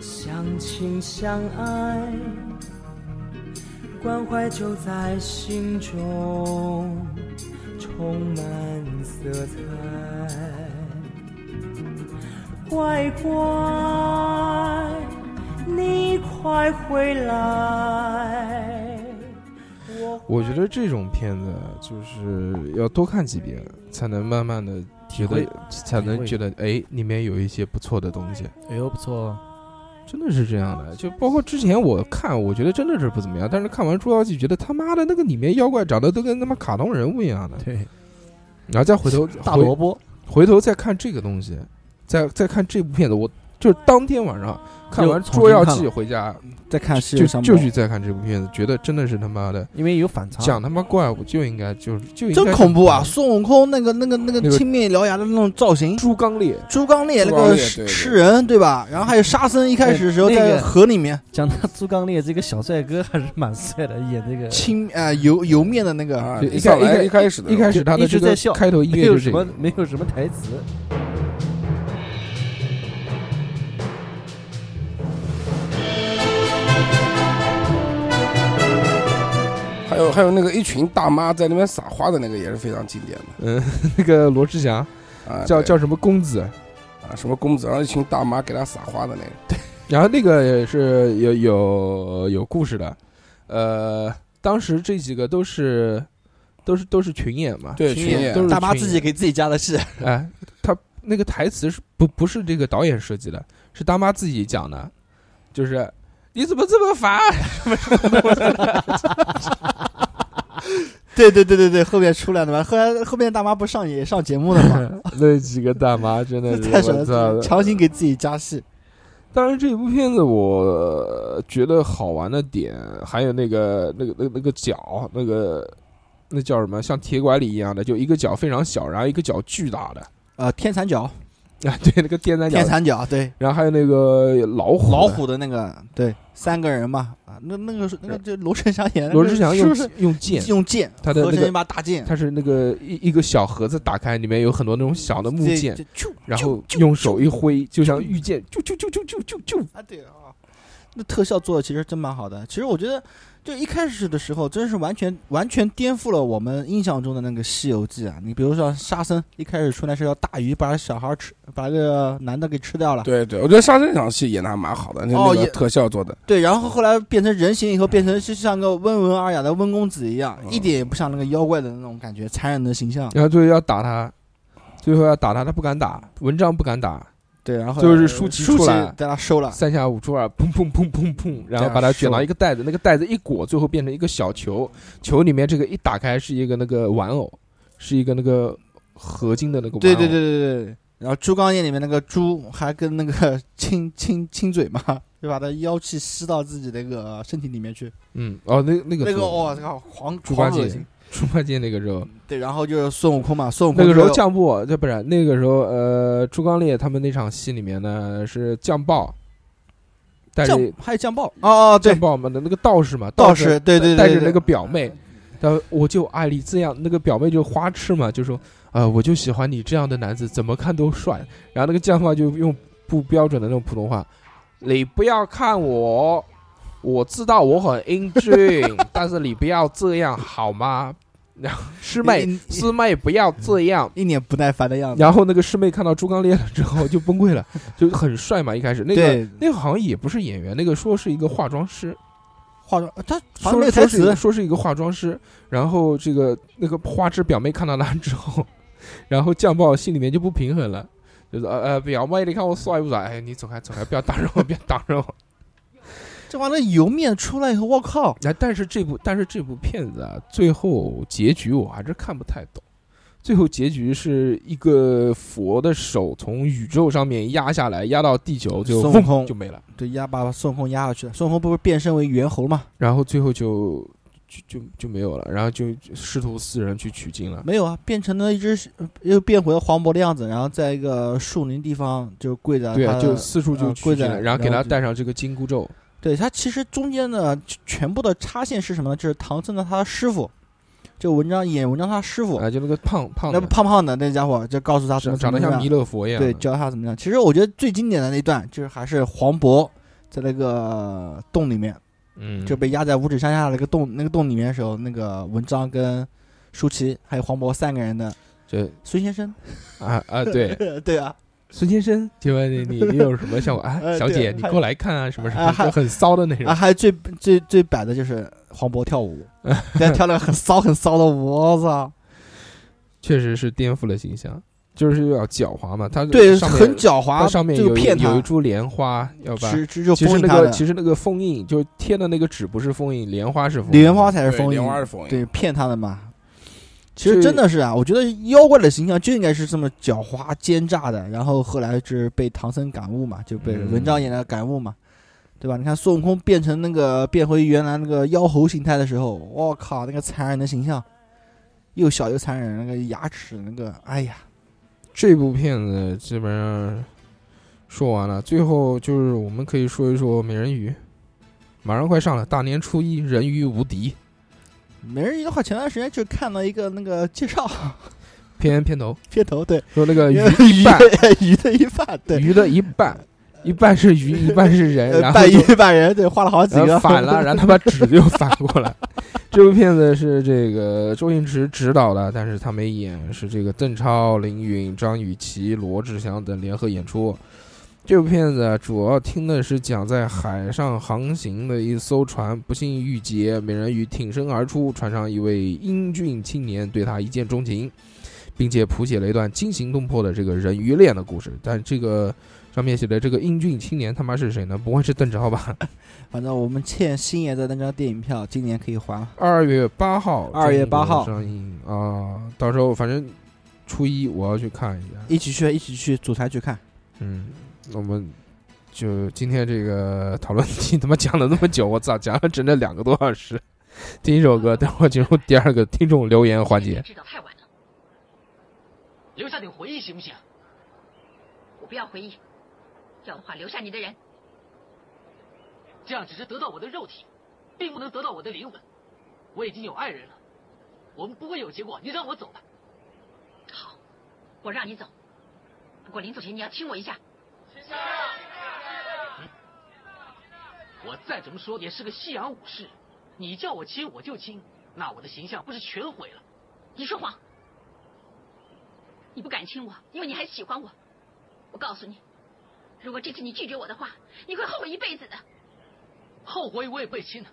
相亲相爱，关怀就在心中，充满色彩。乖乖，你快回来！我
我觉得这种片子就是要多看几遍，才能慢慢的觉
体
得
会，
才能觉得哎，里面有一些不错的东西。
哎呦不错哦，
真的是这样的，就包括之前我看，我觉得真的是不怎么样，但是看完《捉妖记》，觉得他妈的那个里面妖怪长得都跟他妈卡通人物一样的，
对，
然后再回头
大
回
萝卜，
回头再看这个东西，再再看这部片子，我就是当天晚上看完
又
《
重新
捉妖
看
记》回家，
再看《西
就
游降魔
就》，去再看这部片子，觉得真的是他妈的
因为有反差，
讲他妈怪物就应该就是就应该
真恐怖啊！！孙悟空那个那个那个
那个
青面獠牙的那种造型，
猪刚烈，
猪刚鬣那
猪刚
个
鬣
吃
对对
吃人对吧？然后还有沙僧一开始的时候
那那
在
个
河里面
讲他猪刚鬣这个小帅哥还是蛮帅的，演这个
青啊油油面的那个
啊，
就
一
一
上
开一
来
开
一开始的
一开始他的
一直
这个
在笑
开头音
没
乐
有
就是这
什么
个，
没有什么台词，
还有还有那个一群大妈在那边撒花的那个也是非常经典
嗯， 那个罗志祥
的啊，
叫
对
叫什么公子，
啊什么公子，然后一群大妈给他撒花的那个，
然后那个也是有有有故事的，呃，当时这几个都是都是都是群演嘛，
对
群
群演
都是
大妈
群
自己
演
给自己加的戏，
哎，他那个台词是不不是这个导演设计的，是大妈自己讲的，就是你怎么这么烦？
对对对对对，后面出来的嘛，后来后面大妈不上也上节目的嘛，
那几个大妈真的
太
是
神
我操
了，！强行给自己加戏。
当然，这部片子我呃觉得好玩的点，还有那个那个那个那个脚，那个那叫什么，像铁拐李一样的，就一个脚非常小，然后一个脚巨大的
呃，天蚕角，
啊，对，那个电三角
天，蚕角，对，
然后还有那个老虎，
老。虎的那个，对，三个人嘛，啊，那那个是那个就罗志祥演的，
罗志祥用
是不
用剑
是，用剑，
他的
合
那
成
个
一把大剑，
它是那个一一个小盒子打开，里面有很多那种小的木
这
剑，，
这啾
然
啾
后
啾
用
啾
手一挥，就像御剑，就就就就就就就。
啊，对啊，那特效做的其实真蛮好的。其实我觉得，就一开始的时候，真是完全完全颠覆了我们印象中的那个《西游记》啊。你比如说沙僧一开始出来是要大鱼把小孩吃，把那个男的给吃掉了，
对对，我觉得沙僧这场戏演的还蛮好的，就
哦
那个
也
特效做的，
对然后后来变成人形以后，变成就像个温文尔雅的温公子一样，
嗯
一点也不像那个妖怪的那种感觉，残忍的形象。
然后最后要打他，最后要打他，他不敢打，文章不敢打，
对，然后
就是舒淇
淇
出来
带他收了，
三下五除二，砰砰砰砰砰，然
啊
后把它卷到一个袋子，那个袋子一裹，最后变成一个小球，球里面这个一打开是一个那个玩偶，是一个那个合金的那个玩偶。
对对对对对对。然后《猪刚鬣》里面那个猪还跟那个 亲亲亲嘴嘛，就把它妖气吸到自己那个身体里面去。
嗯，哦，那那个
那个
做
我靠，狂
猪八
狂恶
戒
心，
猪八戒那个时候，
对，然后就是孙悟空嘛，孙悟空
那个时候
就
酱布，啊对，不是那个时候，呃，朱刚烈他们那场戏里面呢是酱爆，带着
酱还有酱爆哦哦，对
酱，爆嘛的那个道士嘛，
道
士
士，对对对，
带着
对
那个表妹，他我就爱你这样，那个表妹就花痴嘛，就说啊、我就喜欢你这样的男子，怎么看都帅。然后那个酱爆就用不标准的那种普通话，你不要看我，我知道我很英俊， 但是你不要这样好吗？然后师妹，
一
师妹不要这样。
一脸不耐烦的样子，
然后那个师妹看到猪刚烈了之后就崩溃了，就很帅嘛。一开始那个
对
那个好像也不是演员，那个说是一个化妆师，
化妆，他好像
说
没有
是
台
说是一
词
个，说是一个化妆师。然后这个那个花痴表妹看到他之后，然后酱爆心里面就不平衡了，就是呃呃表妹，你看我帅不帅？哎，你走开走开，不要打扰我，不要打扰我。
这玩意儿油面出来以后，我靠，
哎，但是这部但是这部片子啊，最后结局我还是看不太懂。最后结局是一个佛的手从宇宙上面压下来，压到地球就
孙悟
嗡
空
就没了。
对，压把孙悟空压下去了，孙悟空不是变身为猿猴嘛？
然后最后就就就就没有了，然后就师徒四人去取经了。
没有啊，变成了一只呃又变回了黄渤的样子，然后在一个树林地方就跪着他的，
对啊，就四处就
呃
取
跪
经
在
了，然后给
然
他
后就
带上这个紧箍咒。
对他其实中间的全全部的插线是什么呢？就是唐僧的他师傅，就文章演文章他师傅，
啊，就那个胖胖
那
的
不，胖胖的那家伙就告诉他怎
是
么
长得
怎么
像
样
弥勒佛一样的。
对，教他怎么样。其实我觉得最经典的那一段就是还是黄渤在那个洞里面
嗯，
就被压在五指山下的那个洞那个洞里面的时候，那个文章跟舒淇还有黄渤三个人的
就
孙先生，
啊 啊，对，
对啊，
孙先生，请 问你你你有什么想我？哎，
呃
小
对
姐，你
还
过来看啊，什么什么，
啊还
就很骚的那
啊，
种。
还有最最最摆的就是黄渤跳 舞，对，跳了个很骚很骚的舞，我操，
确实是颠覆了形象，就是要狡猾嘛。他
对，
上面
很狡猾，
它上面
就
有一
骗
有一
他，
株莲花，要吧？
只只就
其实
封印
那
他
个
的，
其实那个封印，就贴的那个纸不是封印，莲花是封
李
印。
元花才是
对
封印
莲，花是封印，
对，骗他的嘛。其实
这
真的是啊，我觉得妖怪的形象就应该是这么狡猾奸诈的，然后后来是被唐僧感悟嘛，就被
嗯
文章演的感悟嘛，对吧？你看孙悟空变成那个变回原来那个妖猴形态的时候，我靠，那个残忍的形象，又小又残忍，那个牙齿那个，哎呀，
这部片子基本上说完了，最后就是我们可以说一说美人鱼，马上快上了，大年初一人鱼无敌
美人鱼的话，前段时间就看到一个那个介绍
片片头，
片头，对，
说 那个鱼
鱼
半
的鱼的一半，对，
鱼的一半，一半是鱼，一半是人，
呃
然后
半
就
鱼半人，对，画了好几
然后
个，
反了，然后他把纸就反过来。这部片子是这个周星驰执导的，但是他没演，是这个邓超、林允、张雨绮、罗志祥等联合演出。这部片子啊主要听的是讲在海上航行的一艘船不幸遇劫，美人鱼挺身而出，船上一位英俊青年对她一见钟情，并且谱写了一段惊心动魄的这个人鱼恋的故事。但这个上面写的这个英俊青年他妈是谁呢？不会是邓超吧？
反正我们欠星爷的那张电影票，今年可以还了。
二月八号，
2月8号
上映啊！到时候反正初一我要去看一下。
一起去，一起去组团去看。
嗯，我们就今天这个讨论题他妈讲了那么久，我操，讲了整整两个多小时。第一首歌，等会儿进入第二个听众留言环节。
知道太晚了，留下点回忆行不行？我不要回忆，要的话留下你的人。这样只是得到我的肉体，并不能得到我的灵魂。我已经有爱人了，我们不会有结果。你让我走吧。好，我让你走。不过临走前你要亲我一下。嗯我再怎么说也是个西洋武士，你叫我亲我就亲，那我的形象不是全毁了？你说谎，你不敢亲我，因为你还喜欢我。我告诉你，如果这次你拒绝我的话，你会后悔一辈子的。后悔我也被亲了，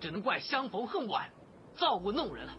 只能怪相逢恨晚，造物弄人了。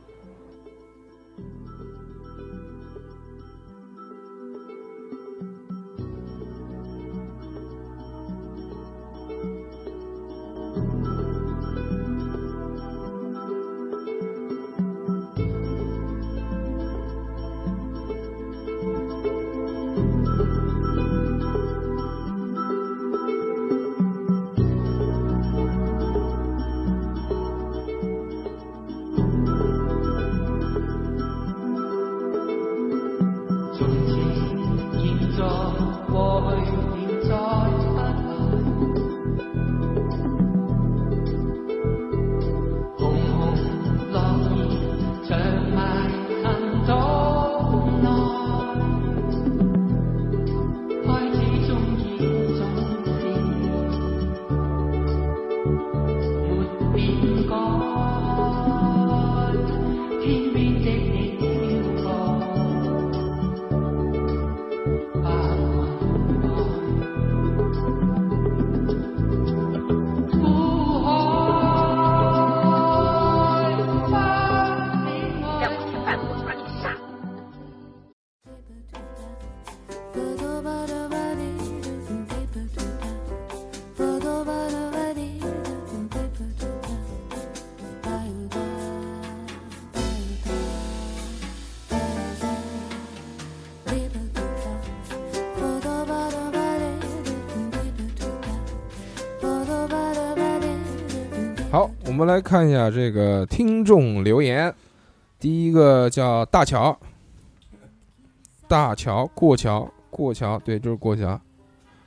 我们来看一下这个听众留言，第一个叫大乔，大乔过桥过桥，对，就是过桥。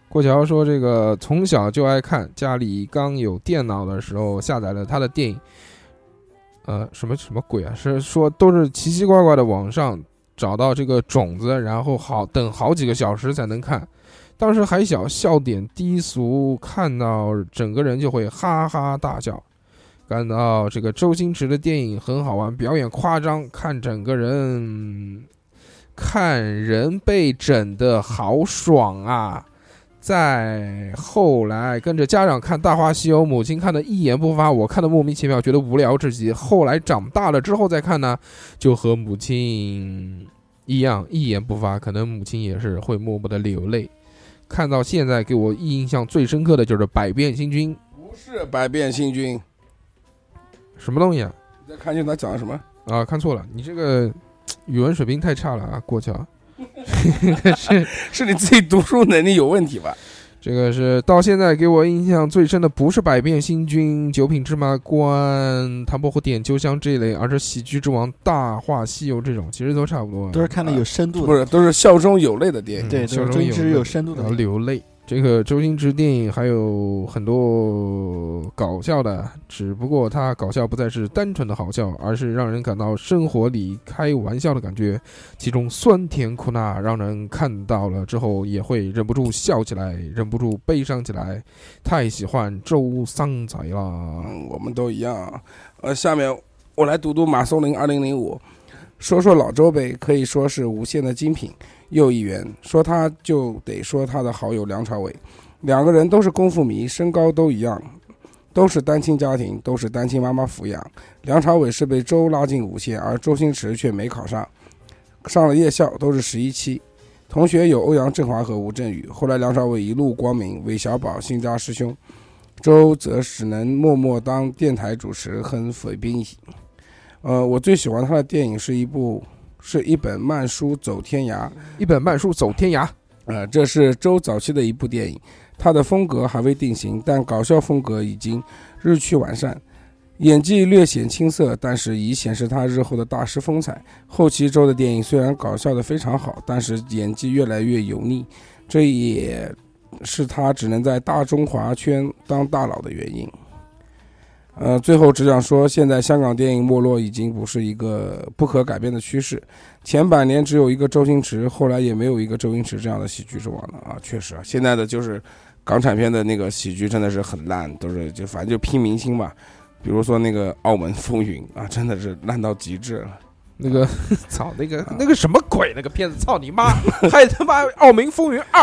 过桥说：“这个从小就爱看，家里刚有电脑的时候下载了他的电影，呃，什么什么鬼啊？是说都是奇奇怪怪的网上找到这个种子，然后好等好几个小时才能看。当时还小，笑点低俗，看到整个人就会哈哈大笑。感到这个周星驰的电影很好玩，表演夸张，看整个人，看人被整的好爽啊！再后来跟着家长看《大话西游》，母亲看的一言不发，我看的莫名其妙，觉得无聊至极。后来长大了之后再看呢，就和母亲一样一言不发，可能母亲也是会默默的流泪。看到现在，给我印象最深刻的就是《百变星君》，
不是百变星君，
什么东西啊？
你再看清他讲的什么？
啊，看错了，你这个语文水平太差了啊，过桥。
是你自己读书能力有问题 吧？
这个是到现在给我印象最深的，不是《百变星君》《九品芝麻官》《唐伯虎点秋香》这一类，而是《喜剧之王》《大话西游》这种，其实都差不多啊。
嗯都是看的有深度
不
的，
是，都是笑中有泪的电影。
对，
嗯
都
笑
是
中
真知有
泪
深度
然后
的。
流泪。这个周星驰电影还有很多搞笑的，只不过他搞笑不再是单纯的好笑，而是让人感到生活里开玩笑的感觉，其中酸甜苦辣让人看到了之后也会忍不住笑起来，忍不住悲伤起来。太喜欢周桑仔了，
嗯，我们都一样啊。呃，下面我来读读马松林二零零五，说说老周呗，可以说是无限的精品又一员。说他就得说他的好友梁朝伟，两个人都是功夫迷，身高都一样，都是单亲家庭，都是单亲妈妈抚养。梁朝伟是被周拉进无线，而周星驰却没考上，上了夜校，都是十一期。同学有欧阳震华和吴镇宇，后来梁朝伟一路光明，韦小宝、新扎师兄。周则只能默默当电台主持，很匪兵。呃，我最喜欢他的电影是一部是一本慢书《走天涯》，
一本慢书走天涯。
呃，这是周早期的一部电影，他的风格还未定型，但搞笑风格已经日趋完善，演技略显青涩，但是已显示他日后的大师风采。后期周的电影虽然搞笑的非常好，但是演技越来越油腻，这也是他只能在大中华圈当大佬的原因。呃，最后只想说，现在香港电影没落已经不是一个不可改变的趋势，前百年只有一个周星驰，后来也没有一个周星驰这样的喜剧之王了啊！确实啊，现在的就是港产片的那个喜剧真的是很烂，都是就反正就拼明星吧。比如说那个《澳门风云》啊，真的是烂到极致了。
那个 操，那个那个什么鬼？那个片子，操你妈！ 还他妈《澳门风云二》，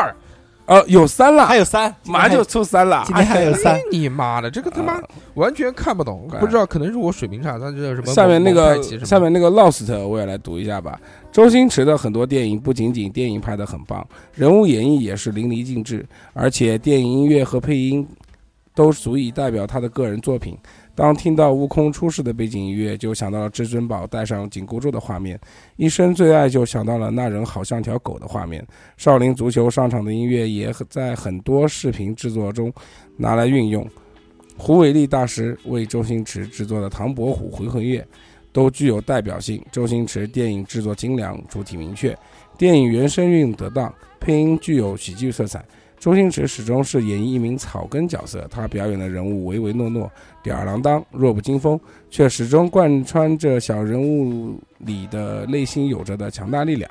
呃，有三了，
哦还有三，
马上就出 三了
今。天还有三
哎，你妈的，这个他妈
啊
完全看不懂，
对
不知道可能是我水平差，但是什么
下面那
蒙太
个
奇什么
下面那个 Lost，我也来读一下吧。周星驰的很多电影不仅仅电影拍得很棒，人物演绎也是淋漓尽致，而且电影音乐和配音都足以代表他的个人作品。当听到悟空出世的背景音乐，就想到了至尊宝戴上紧箍咒的画面；一生最爱就想到了那人好像条狗的画面；少林足球上场的音乐也很在很多视频制作中拿来运用。胡伟立大师为周星驰制作的《唐伯虎回魂夜》都具有代表性。周星驰电影制作精良，主体明确，电影原声运用得当，配音具有喜剧色彩。周星驰始终是演绎一名草根角色，他表演的人物唯唯诺诺、吊儿郎当、弱不禁风，却始终贯穿着小人物里的内心有着的强大力量。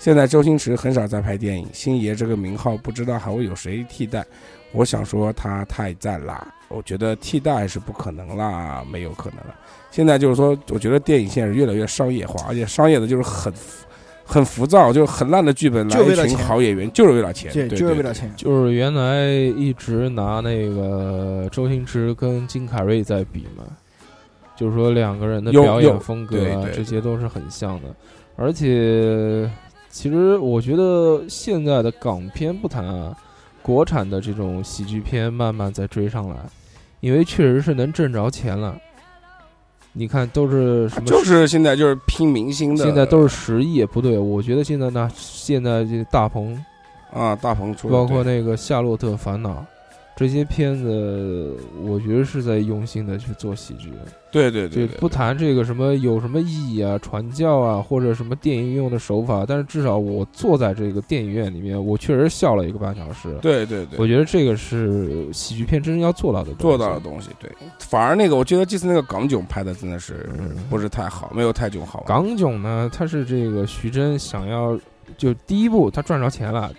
现在周星驰很少在拍电影，星爷这个名号不知道还会有谁替代。我想说他太赞啦，我觉得替代是不可能啦，没有可能了。现在就是说，我觉得电影现在是越来越商业化，而且商业的就是很很浮躁，就是很烂的剧本来
就为
一
了
群
钱
好演员，就是为了钱，
对，就是为了钱。
就是原来一直拿那个周星驰跟金凯瑞在比嘛，就是说两个人的
有
表
有
演风格
对
啊
对，
这些都是很像的。而且，其实我觉得现在的港片不谈啊，国产的这种喜剧片慢慢在追上来，因为确实是能挣着钱了。你看，都是什么
就是现在就是拼明星的，
现在都是十亿，不对，我觉得现在呢，现在这大鹏
啊，大鹏出的
包括
对
那个《夏洛特烦恼》，这些片子，我觉得是在用心的去做喜剧。
对对
对，
对对，
不谈这个什么有什么意义啊、传教啊，或者什么电影用的手法，但是至少我坐在这个电影院里面，我确实笑了一个半小时。
对对对，
我觉得这个是喜剧片真正要做到的东西，
做到的东西，对。反而那个，我觉得这次那个港囧拍的真的是
嗯
不是太好，没有泰囧好玩。
港囧呢，它是这个徐峥想要就第一部他赚着钱了，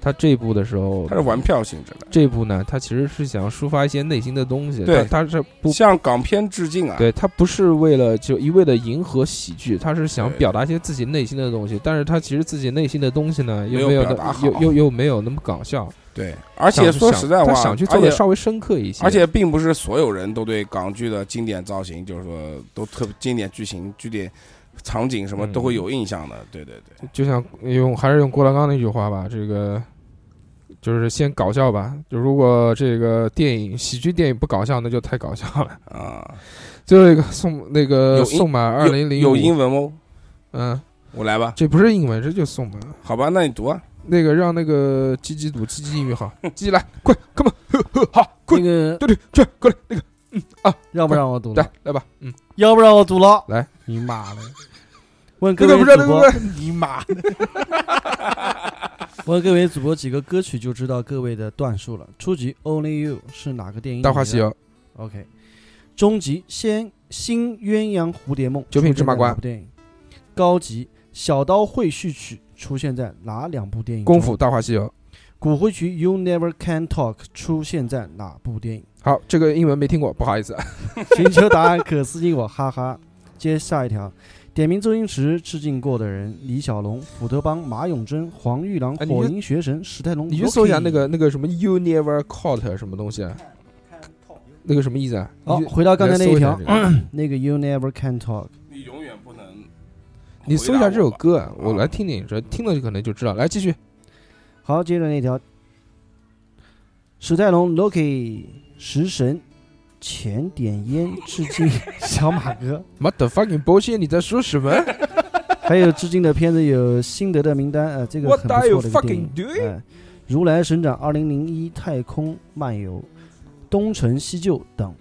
他这一部的时候
它是玩票性质的，
这一部呢，他其实是想抒发一些内心的东西，
对
他是不。
向港片致敬啊。
对他不是为了就一味的迎合喜剧，他是想
对
表达一些自己内心的东西，但是他其实自己内心的东西呢，
没
又
有
没有
表
那
达好
又又又没有那么搞笑，
对，而且
想
说
想
实在话，
他想去做
而
的
且
稍微深刻一些，
而且并不是所有人都对港剧的经典造型，就是说都特别经典剧情、剧典场景什么
嗯
都会有印象的。对对对，
就像用还是用郭德纲那句话吧，这个就是先搞笑吧。就如果这个电影喜剧电影不搞笑，那就太搞笑了。
啊，
最后一个宋那个
有英
宋满二零零
有有英文哦，
嗯，
我来吧，
这不是英文，这就是宋满。
好吧，那你读啊。
那个让那个鸡鸡读鸡鸡英语 好，鸡鸡来快，come on，呵呵好，
那
滚，
个
对对，去过来，那个
要不让我读了
来？来吧，嗯，
要不让我读了？
来，
你妈的！问各
这个
位
不是
主
那
播
个，不是，你妈，
问各位主播几个歌曲就知道各位的段数了。初级 Only You 是哪个电影里的？
大话西游，
嗯 OK，中级先新鸳鸯蝴蝶梦
九品芝麻官
出现在哪部电影，高级小刀会序曲出现在哪两部电影中？
功夫大话西游。
骨灰曲 You Never Can Talk 出现在哪部电影？
好，这个英文没听过，不好意思。啊
寻求答案可私信我，哈哈。接下一条，点名周星驰致敬过的人：李小龙、斧头帮、马永贞、黄玉郎、
哎你去
火影学神、史泰龙。
你去搜一下那个那个什么 “you never caught” 什么东西啊，那个什么意思啊？
哦
你去
回到刚才那一条
你来
嗯
搜下这个
那个 You Never Can Talk，
你永远不能，
你搜一下这首，歌啊，我来听听，这听了就可能就知道。来继续，
好，接着那条，史泰龙 Loki 食神钱点烟致 敬小马哥，
What the fucking bullshit！你在说什么？
还有致敬的片子有《辛德的名单》呃，这个
What
很
are
不
you
错的一个电
fucking
影，
doing？
哎如来神掌》二零零一《太空漫游》《东成西就》等。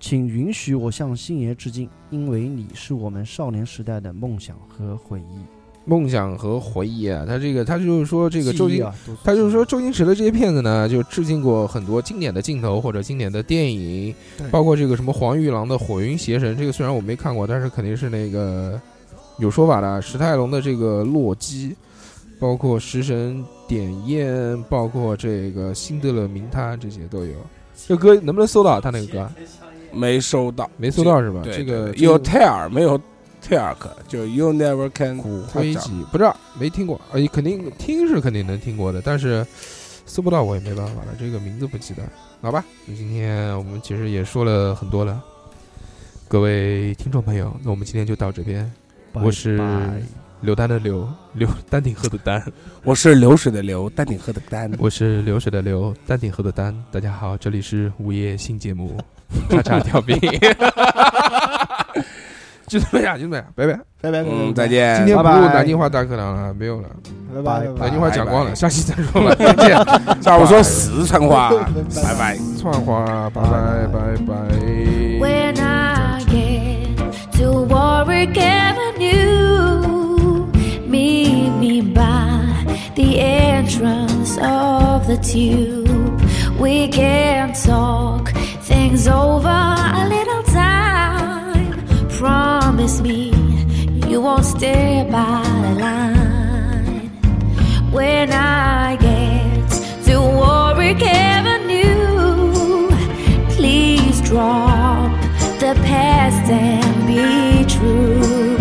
请允许我向星爷致敬，因为你是我们少年时代的梦想和回忆。
梦想和回忆啊，他这个他就是说这个周
记忆
星，
啊，都
他就是说周星驰的这些片子呢，就致敬过很多经典的镜头或者经典的电影，包括这个什么黄玉郎的《火云邪神》，这个虽然我没看过，但是肯定是那个有说法的，史泰龙的这个《洛基》，包括《食神点烟》，包括这个《辛德勒名摊》，这些都有。这歌能不能搜到他那个歌？
没收到，
没搜到是吧？
对。
啊这个
对有
这个
泰尔没有泰尔克，就是 You never can
骨
talk
灰级不知道没听过，呃，肯定听是肯定能听过的，但是搜不到我也没办法了，这个名字不记得，好吧？那今天我们其实也说了很多了，各位听众朋友，那我们今天就到这边，
拜
我是
拜
刘丹的刘，刘丹顶鹤的丹，
我是流水的流，丹顶鹤的丹。
我是流水的流，丹顶鹤的丹，大家好，这里是午夜新节 目，叉叉调 频，就这么样，就这么样，拜拜。
拜拜，
嗯，再。见。
今天不录
拜拜
南京话大课堂了，没有了。
拜拜，拜
南
拜
京。话讲光
拜
了，
拜
下期再说吧，再见。
下午说四川话，拜拜。
串花，拜拜拜拜。
When I get to Warwick Avenue, meet me by the entrance of the tube. We can talk things over a little time. Promise me you won't stay by the line when I get to Warwick Avenue. Please drop the past and be true.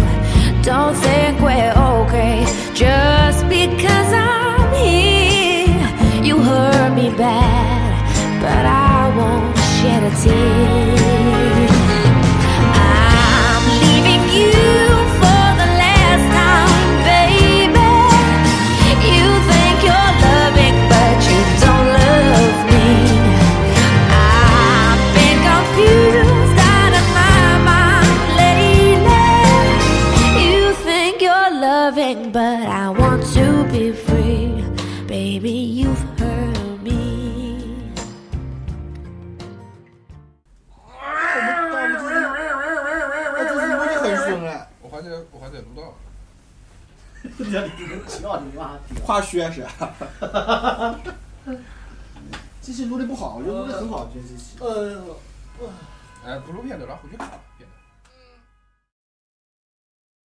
Don't think we're okay just because I'm here. You hurt me bad, but I won't shed a tear. I'm leaving you for the last time, baby. You think your love
这比较理直气傲，你妈逼！
跨靴是。
机器录的不好，我觉得录的很好，这机器。
呃，
哎，不录片子了，回去。